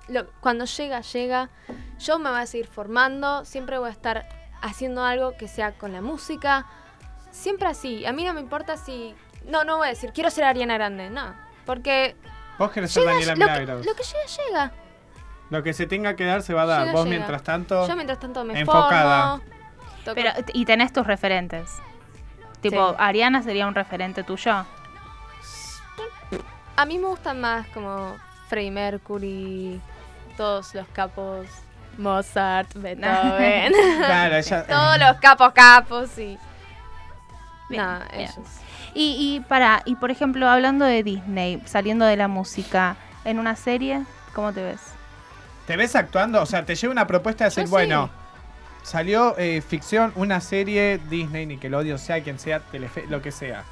lo- cuando llega, llega. Yo me voy a seguir formando, siempre voy a estar haciendo algo que sea con la música, Siempre así. A mí no me importa si. No, no voy a decir, quiero ser Ariana Grande. No. Porque.
Vos querés ser
Llega,
Daniela
lo, que,
Milagros.
lo que llega, llega.
Lo que se tenga que dar se va a dar.
Llega,
Vos
llega.
mientras tanto.
Yo mientras tanto me
Enfocada.
formo. toco-
Pero, y tenés tus referentes. Tipo, Ariana sería un referente tuyo.
A mí me gustan más como Freddie Mercury, todos los capos. Mozart, Beethoven.
Claro, ella.
todos los capos capos y.
Bien,
Nada,
bien.
ellos.
Y, y para, y por ejemplo, hablando de Disney, saliendo de la música, en una serie, ¿cómo te ves?
¿Te ves actuando? O sea, te lleva una propuesta de decir,
sí.
bueno, salió eh, ficción, una serie, Disney, Nickelodeon, sea quien sea, Telefe, lo que sea.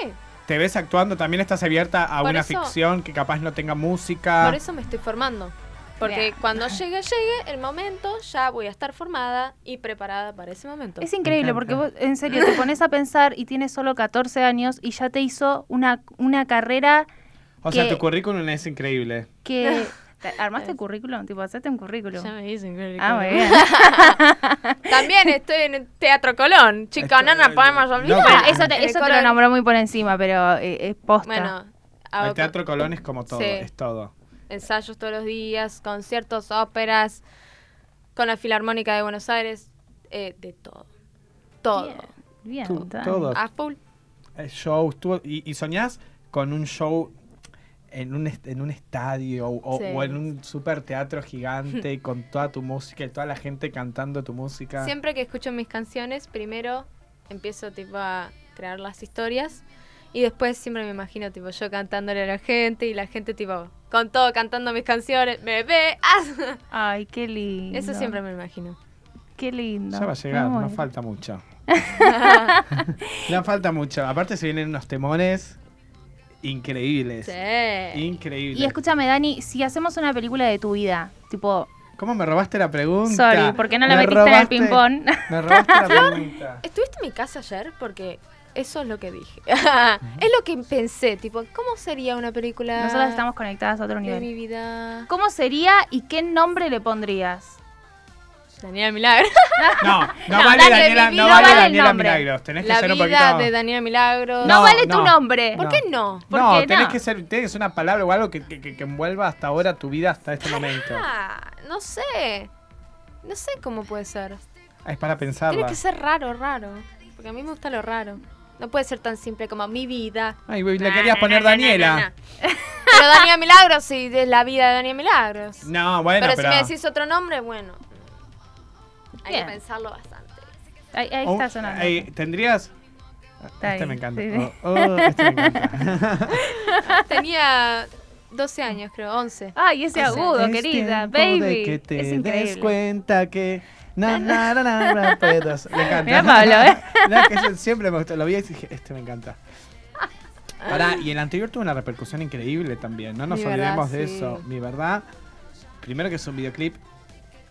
Sí.
¿Te ves actuando? ¿También estás abierta a
Por
una
eso-
ficción que capaz no tenga música?
Por eso me estoy formando. Porque
Bien.
cuando llegue, llegue el momento, ya voy a estar formada y preparada para ese momento.
Es increíble
encanta.
porque vos, en serio, te pones a pensar y tienes solo 14 años y ya te hizo una, una carrera
o sea,
que-
tu currículum es increíble.
que... ¿Te- ¿Armaste currículum? Tipo, hacete un currículum.
me dicen que
Ah, muy bien.
También estoy en el Teatro Colón. Chica,
Estoy-
no nos podemos
No,
olvidar.
Bueno,
pero-
eso
En
te,
el
eso te lo
Colón.
nombró muy por encima, pero eh, es posta.
Bueno, hago
El Teatro Colón es como todo,
Ah, Sí.
es todo.
ensayos todos los días, conciertos, óperas, con la Filarmónica de Buenos Aires, eh, de todo. Todo.
Bien, bien,
Tu-
Dani.
todo.
A full.
Eh, Shows, tú- y, y soñás con un show en un, est- en un estadio o,
Sí.
o en un super teatro gigante con toda tu música y toda la gente cantando tu música.
Siempre que escucho mis canciones, primero empiezo tipo a crear las historias y después siempre me imagino tipo yo cantándole a la gente y la gente tipo con todo cantando mis canciones, me ve. ah.
Ay, qué lindo.
Eso siempre me imagino.
Qué lindo.
Ya va a llegar,
Me
no
muero.
falta mucho. no falta mucho. Aparte se vienen unos temones increíbles.
Sí.
Increíbles.
Y escúchame, Dani, si hacemos una película de tu vida, tipo,
¿Cómo me robaste la pregunta?
sorry, ¿por qué no la
Me
metiste
robaste-
en el ping-pong?
Me robaste la pregunta.
¿Estuviste en mi casa ayer? Porque eso es lo que dije. es lo que pensé, tipo, ¿cómo sería una película?
Nosotras estamos conectadas a otro
de
nivel.
mi vida.
¿Cómo sería y qué nombre le pondrías?
Daniela Milagros.
No, no,
No,
vale
dale,
Daniela,
mi
no
vida
vale
vale el
Daniela
nombre.
Milagros. Tenés que
La
ser un
vida
poquito.
de Daniela Milagros.
No,
No,
vale
no.
tu nombre.
¿Por
no.
qué no?
¿Por
no,
qué
tenés
no?
que ser, tenés que ser una palabra o algo que, que- que- que envuelva hasta ahora tu vida hasta este momento.
Ah, no sé. No sé cómo puede ser.
Es para pensarla.
Tiene que ser raro, raro. Porque a mí me gusta lo raro. No puede ser tan simple como mi vida.
Ay, güey, le querías poner Daniela.
Pero Daniela Milagros, sí, es la vida de Daniela Milagros.
No, bueno,
pero,
pero.
si me decís otro nombre, bueno. Hay
Bien.
que pensarlo bastante.
Ahí, ahí
Oh,
está sonando.
ahí, ¿Tendrías?
Está
este
ahí,
me encanta.
sí, sí.
Oh, oh, este me encanta.
Tenía 12 años, creo, 11.
Ay, ese agudo,
Pues Es
querida,
tiempo
baby.
De Este que te
es
des
increíble.
cuenta que. Na, na, na, na, na, pedos. Me encanta.
Mirá, Pablo, ¿eh?
No, que yo siempre me gustó. Lo vi y dije, este me encanta. Pará, y el anterior tuvo una repercusión increíble también. No nos
Mi verdad,
olvidemos de
sí.
eso. Mi verdad, primero que es un videoclip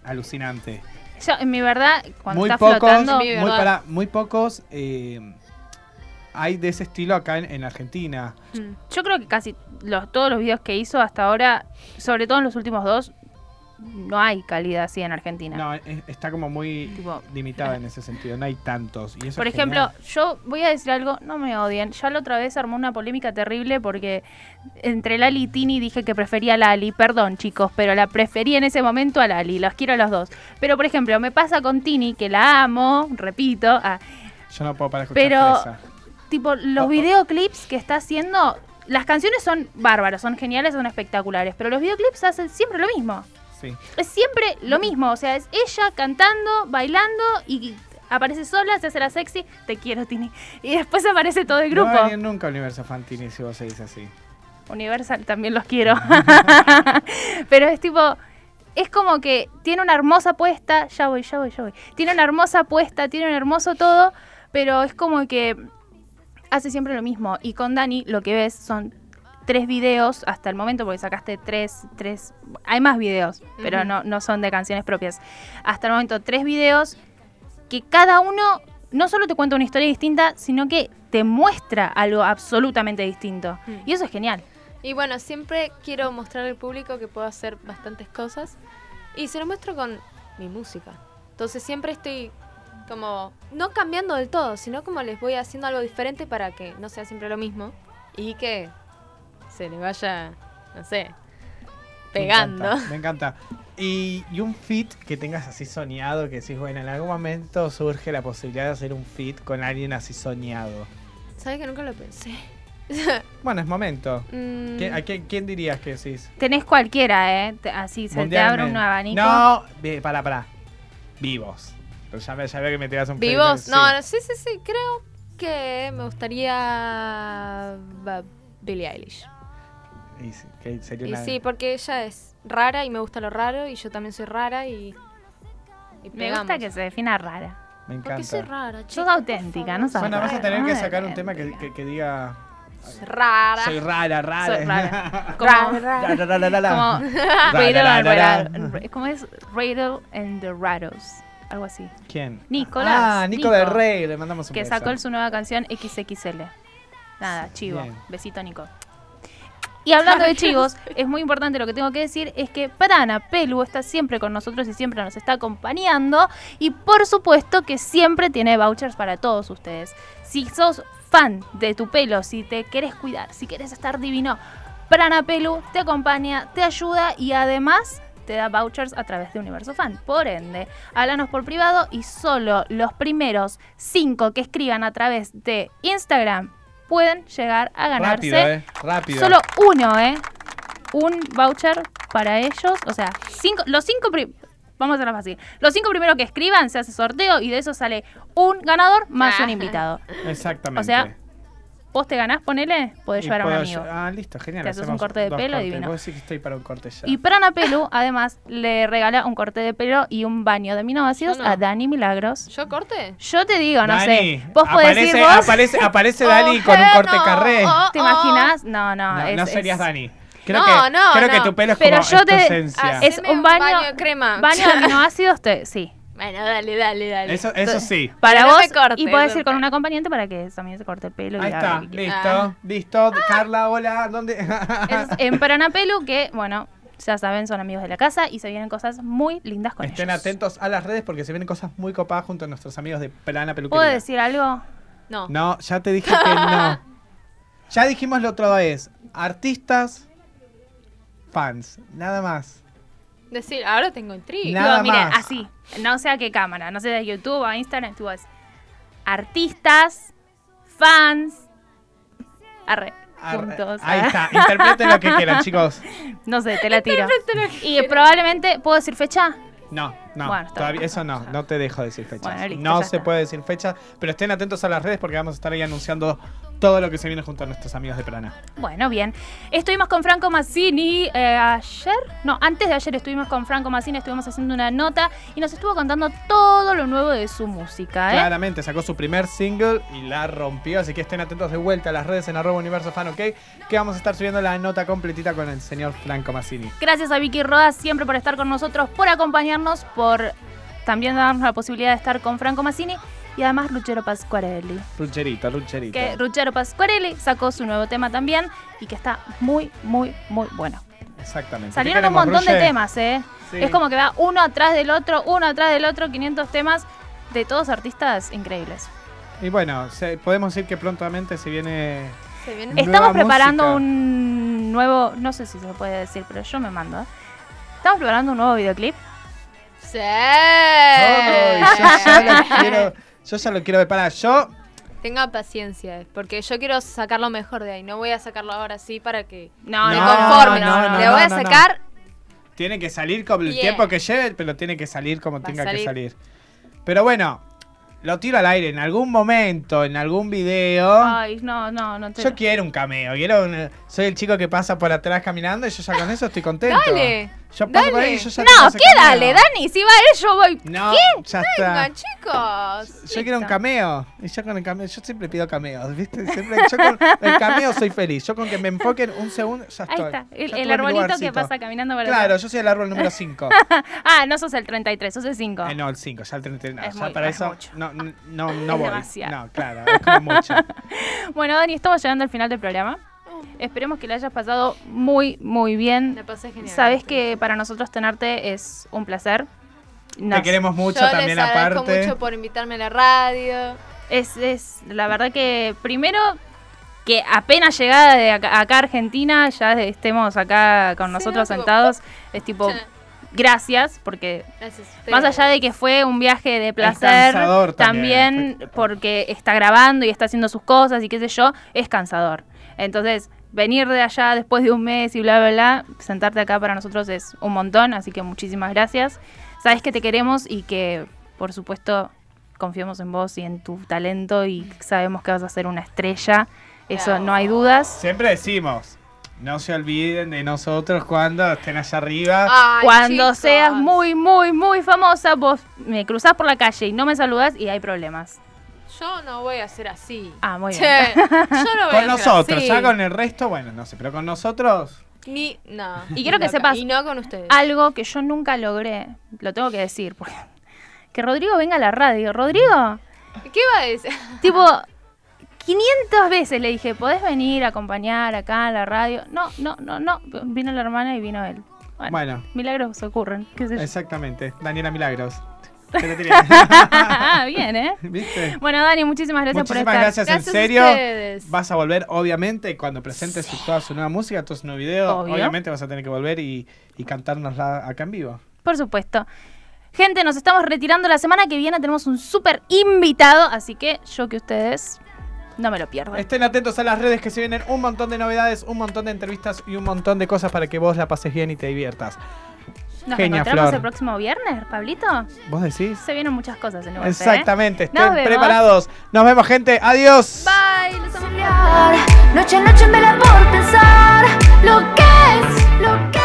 alucinante.
Yo, en mi verdad, cuando
muy
está
pocos,
flotando,
Mi
muy,
verdad.
pará, muy pocos eh, hay de ese estilo acá en, en Argentina.
yo creo que casi los, todos los videos que hizo hasta ahora, sobre todo en los últimos dos, no hay calidad así en Argentina.
No, es- está como muy
Tipo,
limitada en ese sentido. No hay tantos. Y eso
Por
es
ejemplo,
genial.
yo voy a decir algo, no me odien. Ya la otra vez armó una polémica terrible porque entre Lali y Tini dije que prefería a Lali. Perdón, chicos, pero la preferí en ese momento a Lali. Los quiero a los dos. Pero, por ejemplo, me pasa con Tini, que la amo, repito. ah,
yo no puedo parar de escuchar
pero-
fresa.
tipo, los
Oh, oh.
videoclips que está haciendo. Las canciones son bárbaras, son geniales, son espectaculares, pero los videoclips hacen siempre lo mismo.
Sí.
Es siempre lo mismo, o sea, es ella cantando, bailando y aparece sola, se hace la sexy, te quiero, Tini. Y después aparece todo el
No
grupo.
va a venir nunca Universo Fantini si vos se dice así.
Universal también los quiero. Pero es tipo, es como que tiene una hermosa puesta, ya voy, ya voy, ya voy. Tiene una hermosa puesta, tiene un hermoso todo, pero es como que hace siempre lo mismo. Y con Dani lo que ves son tres videos hasta el momento, porque sacaste tres, tres, hay más videos, pero
Ujú.
no, no son de canciones propias. Hasta el momento tres videos que cada uno no solo te cuenta una historia distinta, sino que te muestra algo absolutamente distinto.
Mm.
Y eso es genial.
Y bueno, siempre quiero mostrar al público que puedo hacer bastantes cosas. Y se lo muestro con mi música. Entonces siempre estoy Como, no cambiando del todo, sino como les voy haciendo algo diferente para que no sea siempre lo mismo y que se les vaya, no sé, pegando.
Me encanta. me encanta. Y, y un fit que tengas así soñado, que decís, bueno, en algún momento surge la posibilidad de hacer un fit con alguien así soñado.
¿Sabes que nunca lo pensé?
Bueno, es momento.
Mm,
¿Qui- ¿A quién, quién dirías que decís?
Tenés cualquiera, ¿eh? Te- Así se te abre un
Mundialmente.
abanico.
No, ve- pará, pará. Vivos. Pero ya, ve- ya veo que me tirás un
¿Vivos?
frame,
No,
sí.
no, sí, sí, sí, creo que me gustaría ba- Billie Eilish.
Y sí, que sería
Y
una-
sí, porque ella es rara y me gusta lo raro y yo también soy rara y, y
Me gusta
pegamos.
que se defina rara.
me
¿Por qué soy
encanta.
rara,
Sos
chica?
auténtica, no sabes.
Bueno, vas a tener que sacar un tema que, que- que diga.
Es rara.
Soy rara, rara.
Soy rara. Como,
Rara,
Ra, ra, ra, ra, ra.
como
Ra,
Riddle
ra,
and
ra, ra.
Rattle- ¿Cómo es? Riddle and the Rattles. Algo así.
¿Quién?
Nicolás.
Ah, Nico del Rey, le mandamos un
Que
beso.
sacó su nueva canción XXL. Nada, chivo.
Bien.
Besito, Nico. Y hablando de chivos, es muy importante lo que tengo que decir, es que Prana Pelu está siempre con nosotros y siempre nos está acompañando. Y por supuesto que siempre tiene vouchers para todos ustedes. Si sos fan de tu pelo, si te querés cuidar, si querés estar divino, Prana Pelu te acompaña, te ayuda y además te da vouchers a través de Universo Fan. Por ende, háblanos por privado y solo los primeros cinco que escriban a través de Instagram pueden llegar a ganarse
Rápido, eh. Rápido.
Solo uno, ¿eh? Un voucher para ellos. O sea, cinco, los cinco pri- Vamos a hacerlo fácil. Los cinco primeros que escriban se hace sorteo y de eso sale un ganador más un invitado.
Exactamente.
o sea, Vos te ganás, ponele, podés
Y
llevar a un
puedo
amigo.
lle- Ah, listo, genial.
Te haces un
hacemos
corte de
dos
pelo y
cortes.
divino.
Vos decís que estoy para un corte ya.
Y Prana Pelu, además, le regala un corte de pelo y un baño de aminoácidos
Yo no.
a Dani Milagros.
¿Yo corte?
Yo te digo, no
Dani,
sé. Vos podés
aparece,
ir vos. Oh,
Aparece, aparece Dani con un corte carré.
¿Te imaginas? No, no.
no,
oh. Ah, es-
no serías
es-
Dani. Creo
No,
que,
no,
creo que
no.
tu pelo es
Pero
como
yo
es tu
te- ah,
esencia.
Es
Haceme
un baño-
de crema.
Baño de aminoácidos, te, sí.
bueno, dale, dale, dale.
Eso, eso sí.
Para
Pero no
vos.
me cortes,
y podés ir
Durcal.
con un acompañante para que también se corte el pelo. y
Ahí
haga
está,
lo que quiera.
listo,
Ah.
listo. Carla, hola, ¿dónde?
Eso es en Paranapelu, que bueno, ya saben, son amigos de la casa y se vienen cosas muy lindas con
Estén
ellos.
atentos a las redes porque se vienen cosas muy copadas junto a nuestros amigos de
¿Puedo
Plana Peluquería.
decir algo?
No.
No, ya te dije que no. Ya dijimos lo otro vez. Artistas, fans, nada más.
Decir, ahora tengo intriga.
Nada
Digo, miren,
más.
así, no sé a qué cámara, no sé de YouTube a Instagram, tú vas. Artistas, fans, arre,
Ar-
juntos. ah,
Ahí está, interpreten lo que quieran, chicos.
No sé, te la tiro. y probablemente, ¿puedo decir fecha?
No, no,
Bueno, está
todavía
bien.
eso no, no te dejo decir fechas.
Bueno, listo,
no
ya
se
está.
puede decir fechas, pero estén atentos a las redes porque vamos a estar ahí anunciando todo lo que se viene junto a nuestros amigos de Plana.
Bueno, bien. Estuvimos con Franco Mazzini eh, ayer. No, antes de ayer estuvimos con Franco Mazzini, estuvimos haciendo una nota y nos estuvo contando todo lo nuevo de su música. ¿eh?
Claramente sacó su primer single y la rompió, así que estén atentos de vuelta a las redes en arroba universo fan, ok, que vamos a estar subiendo la nota completita con el señor Franco Massini.
Gracias a Vicky Rodas siempre por estar con nosotros, por acompañarnos, por también darnos la posibilidad de estar con Franco Mazzini y además Luchero Pasquarelli.
Rucherito, rucherito.
Que Luchero Pasquarelli sacó su nuevo tema también y que está muy, muy, muy bueno.
Exactamente.
Salieron un
¿Qué queremos,
montón de
Ruche?
temas, ¿eh?
Sí.
Es como que va uno atrás del otro, uno atrás del otro, 500 temas de todos artistas increíbles.
Y bueno, se- podemos decir que prontamente se viene...
Se viene-
Nueva
Estamos preparando
música.
un nuevo, no sé si se puede decir, pero yo me mando. ¿eh? Estamos preparando un nuevo videoclip.
Sí.
Ay, yo ya lo quiero... Yo ya lo quiero ver. Pará, yo...
Tenga paciencia, porque yo quiero sacar lo mejor de ahí. No voy a sacarlo ahora sí para que
No,
me
No,
conforme.
no, no,
Le voy a
no, no.
sacar
Tiene que salir con el
Bien.
tiempo que lleve, pero tiene que salir como
Va a
tenga que
salir.
salir. Pero bueno, lo tiro al aire en algún momento, en algún video.
Ay, no, no, no te.
Yo quiero un cameo, quiero un- soy el chico que pasa por atrás caminando y yo ya con eso estoy contento.
Dale,
Yo paso por
dale.
ahí y yo ya tengo
No,
ese
¿qué
cameo.
dale, Dani? Si va él, yo voy.
No, ya
Venga,
está.
chicos.
Yo quiero un
Listo.
cameo. Y yo con el cameo, yo siempre pido cameos, ¿viste? Siempre, yo con el cameo soy feliz. Yo con que me enfoquen un segundo, ya
Ahí
estoy.
está,
Ya
el,
tuve
el
mi
arbolito que
lugarcito.
pasa caminando por
Claro,
atrás.
yo soy el árbol número 5.
Ah, no sos el 33, sos el 5.
Eh, no, el 5, ya el 33. No,
Es
ya
muy-
para
es
eso.
mucho.
No, no, no, no
Es
voy.
demasiado.
No, claro, es como mucho.
Bueno, Dani, estamos llegando al final del programa. Esperemos que la hayas pasado muy, muy bien.
Me pasé genial.
Sabes que para nosotros tenerte es un placer. Nos-
Te queremos mucho
Yo
también
les agradezco
aparte.
mucho por invitarme a la radio.
Es, es la verdad que primero que apenas llegada de acá, acá a Argentina ya estemos acá con
Sí,
nosotros
tipo,
sentados es tipo
Che,
gracias porque
gracias a ustedes.
más allá de que fue un viaje de placer
cansador también.
también porque está grabando y está haciendo sus cosas y qué sé yo es cansador entonces venir de allá después de un mes y bla bla bla sentarte acá para nosotros es un montón así que muchísimas gracias sabes que te queremos y que por supuesto confiamos en vos y en tu talento y sabemos que vas a ser una estrella eso no hay dudas
Siempre decimos, no se olviden de nosotros cuando estén allá arriba.
Ah,
Ay,
cuando
chicos.
seas muy, muy, muy famosa, vos me cruzás por la calle y no me saludás y hay problemas.
Yo no voy a ser así.
Ah, muy
Che,
bien.
yo no voy a
con
ser
nosotros,
así.
ya con el resto, bueno, no sé, pero con nosotros.
Ni, no.
Y quiero que
Loca.
sepas- Ah.
Y no con ustedes.
Algo que yo nunca logré, lo tengo que decir, porque- que Rodrigo venga a la radio. Rodrigo,
¿Qué va a decir?
tipo, 500 veces le dije, ¿podés venir a acompañar acá a la radio? No, no, no, no. Vino la hermana y vino él. Bueno,
Bueno.
milagros ocurren, qué sé yo.
Exactamente, Daniela Milagros. Te lo tiré.
bien, ¿eh?
¿Viste?
Bueno, Dani, muchísimas gracias
Muchísimas
por estar.
gracias, en
Gracias a
serio.
ustedes.
Vas a volver, obviamente, cuando presentes toda su nueva música, todo su nuevo video.
Obvio.
Obviamente vas a tener que volver y, y cantárnosla acá en vivo.
Por supuesto. Gente, nos estamos retirando la semana que viene. Tenemos un súper invitado, así que yo que ustedes no me lo pierdan.
Estén atentos a las redes que se vienen un montón de novedades, un montón de entrevistas y un montón de cosas para que vos la pases bien y te diviertas.
Nos
Genia,
encontramos
Flor.
el próximo viernes, Pablito.
¿Vos decís?
Se vienen muchas cosas en el golpe, ¿eh?
Exactamente,
Nos
estén
vemos.
preparados. Nos vemos, gente. Adiós.
Bye, los amo. Noche a noche me la por pensar lo que es, lo que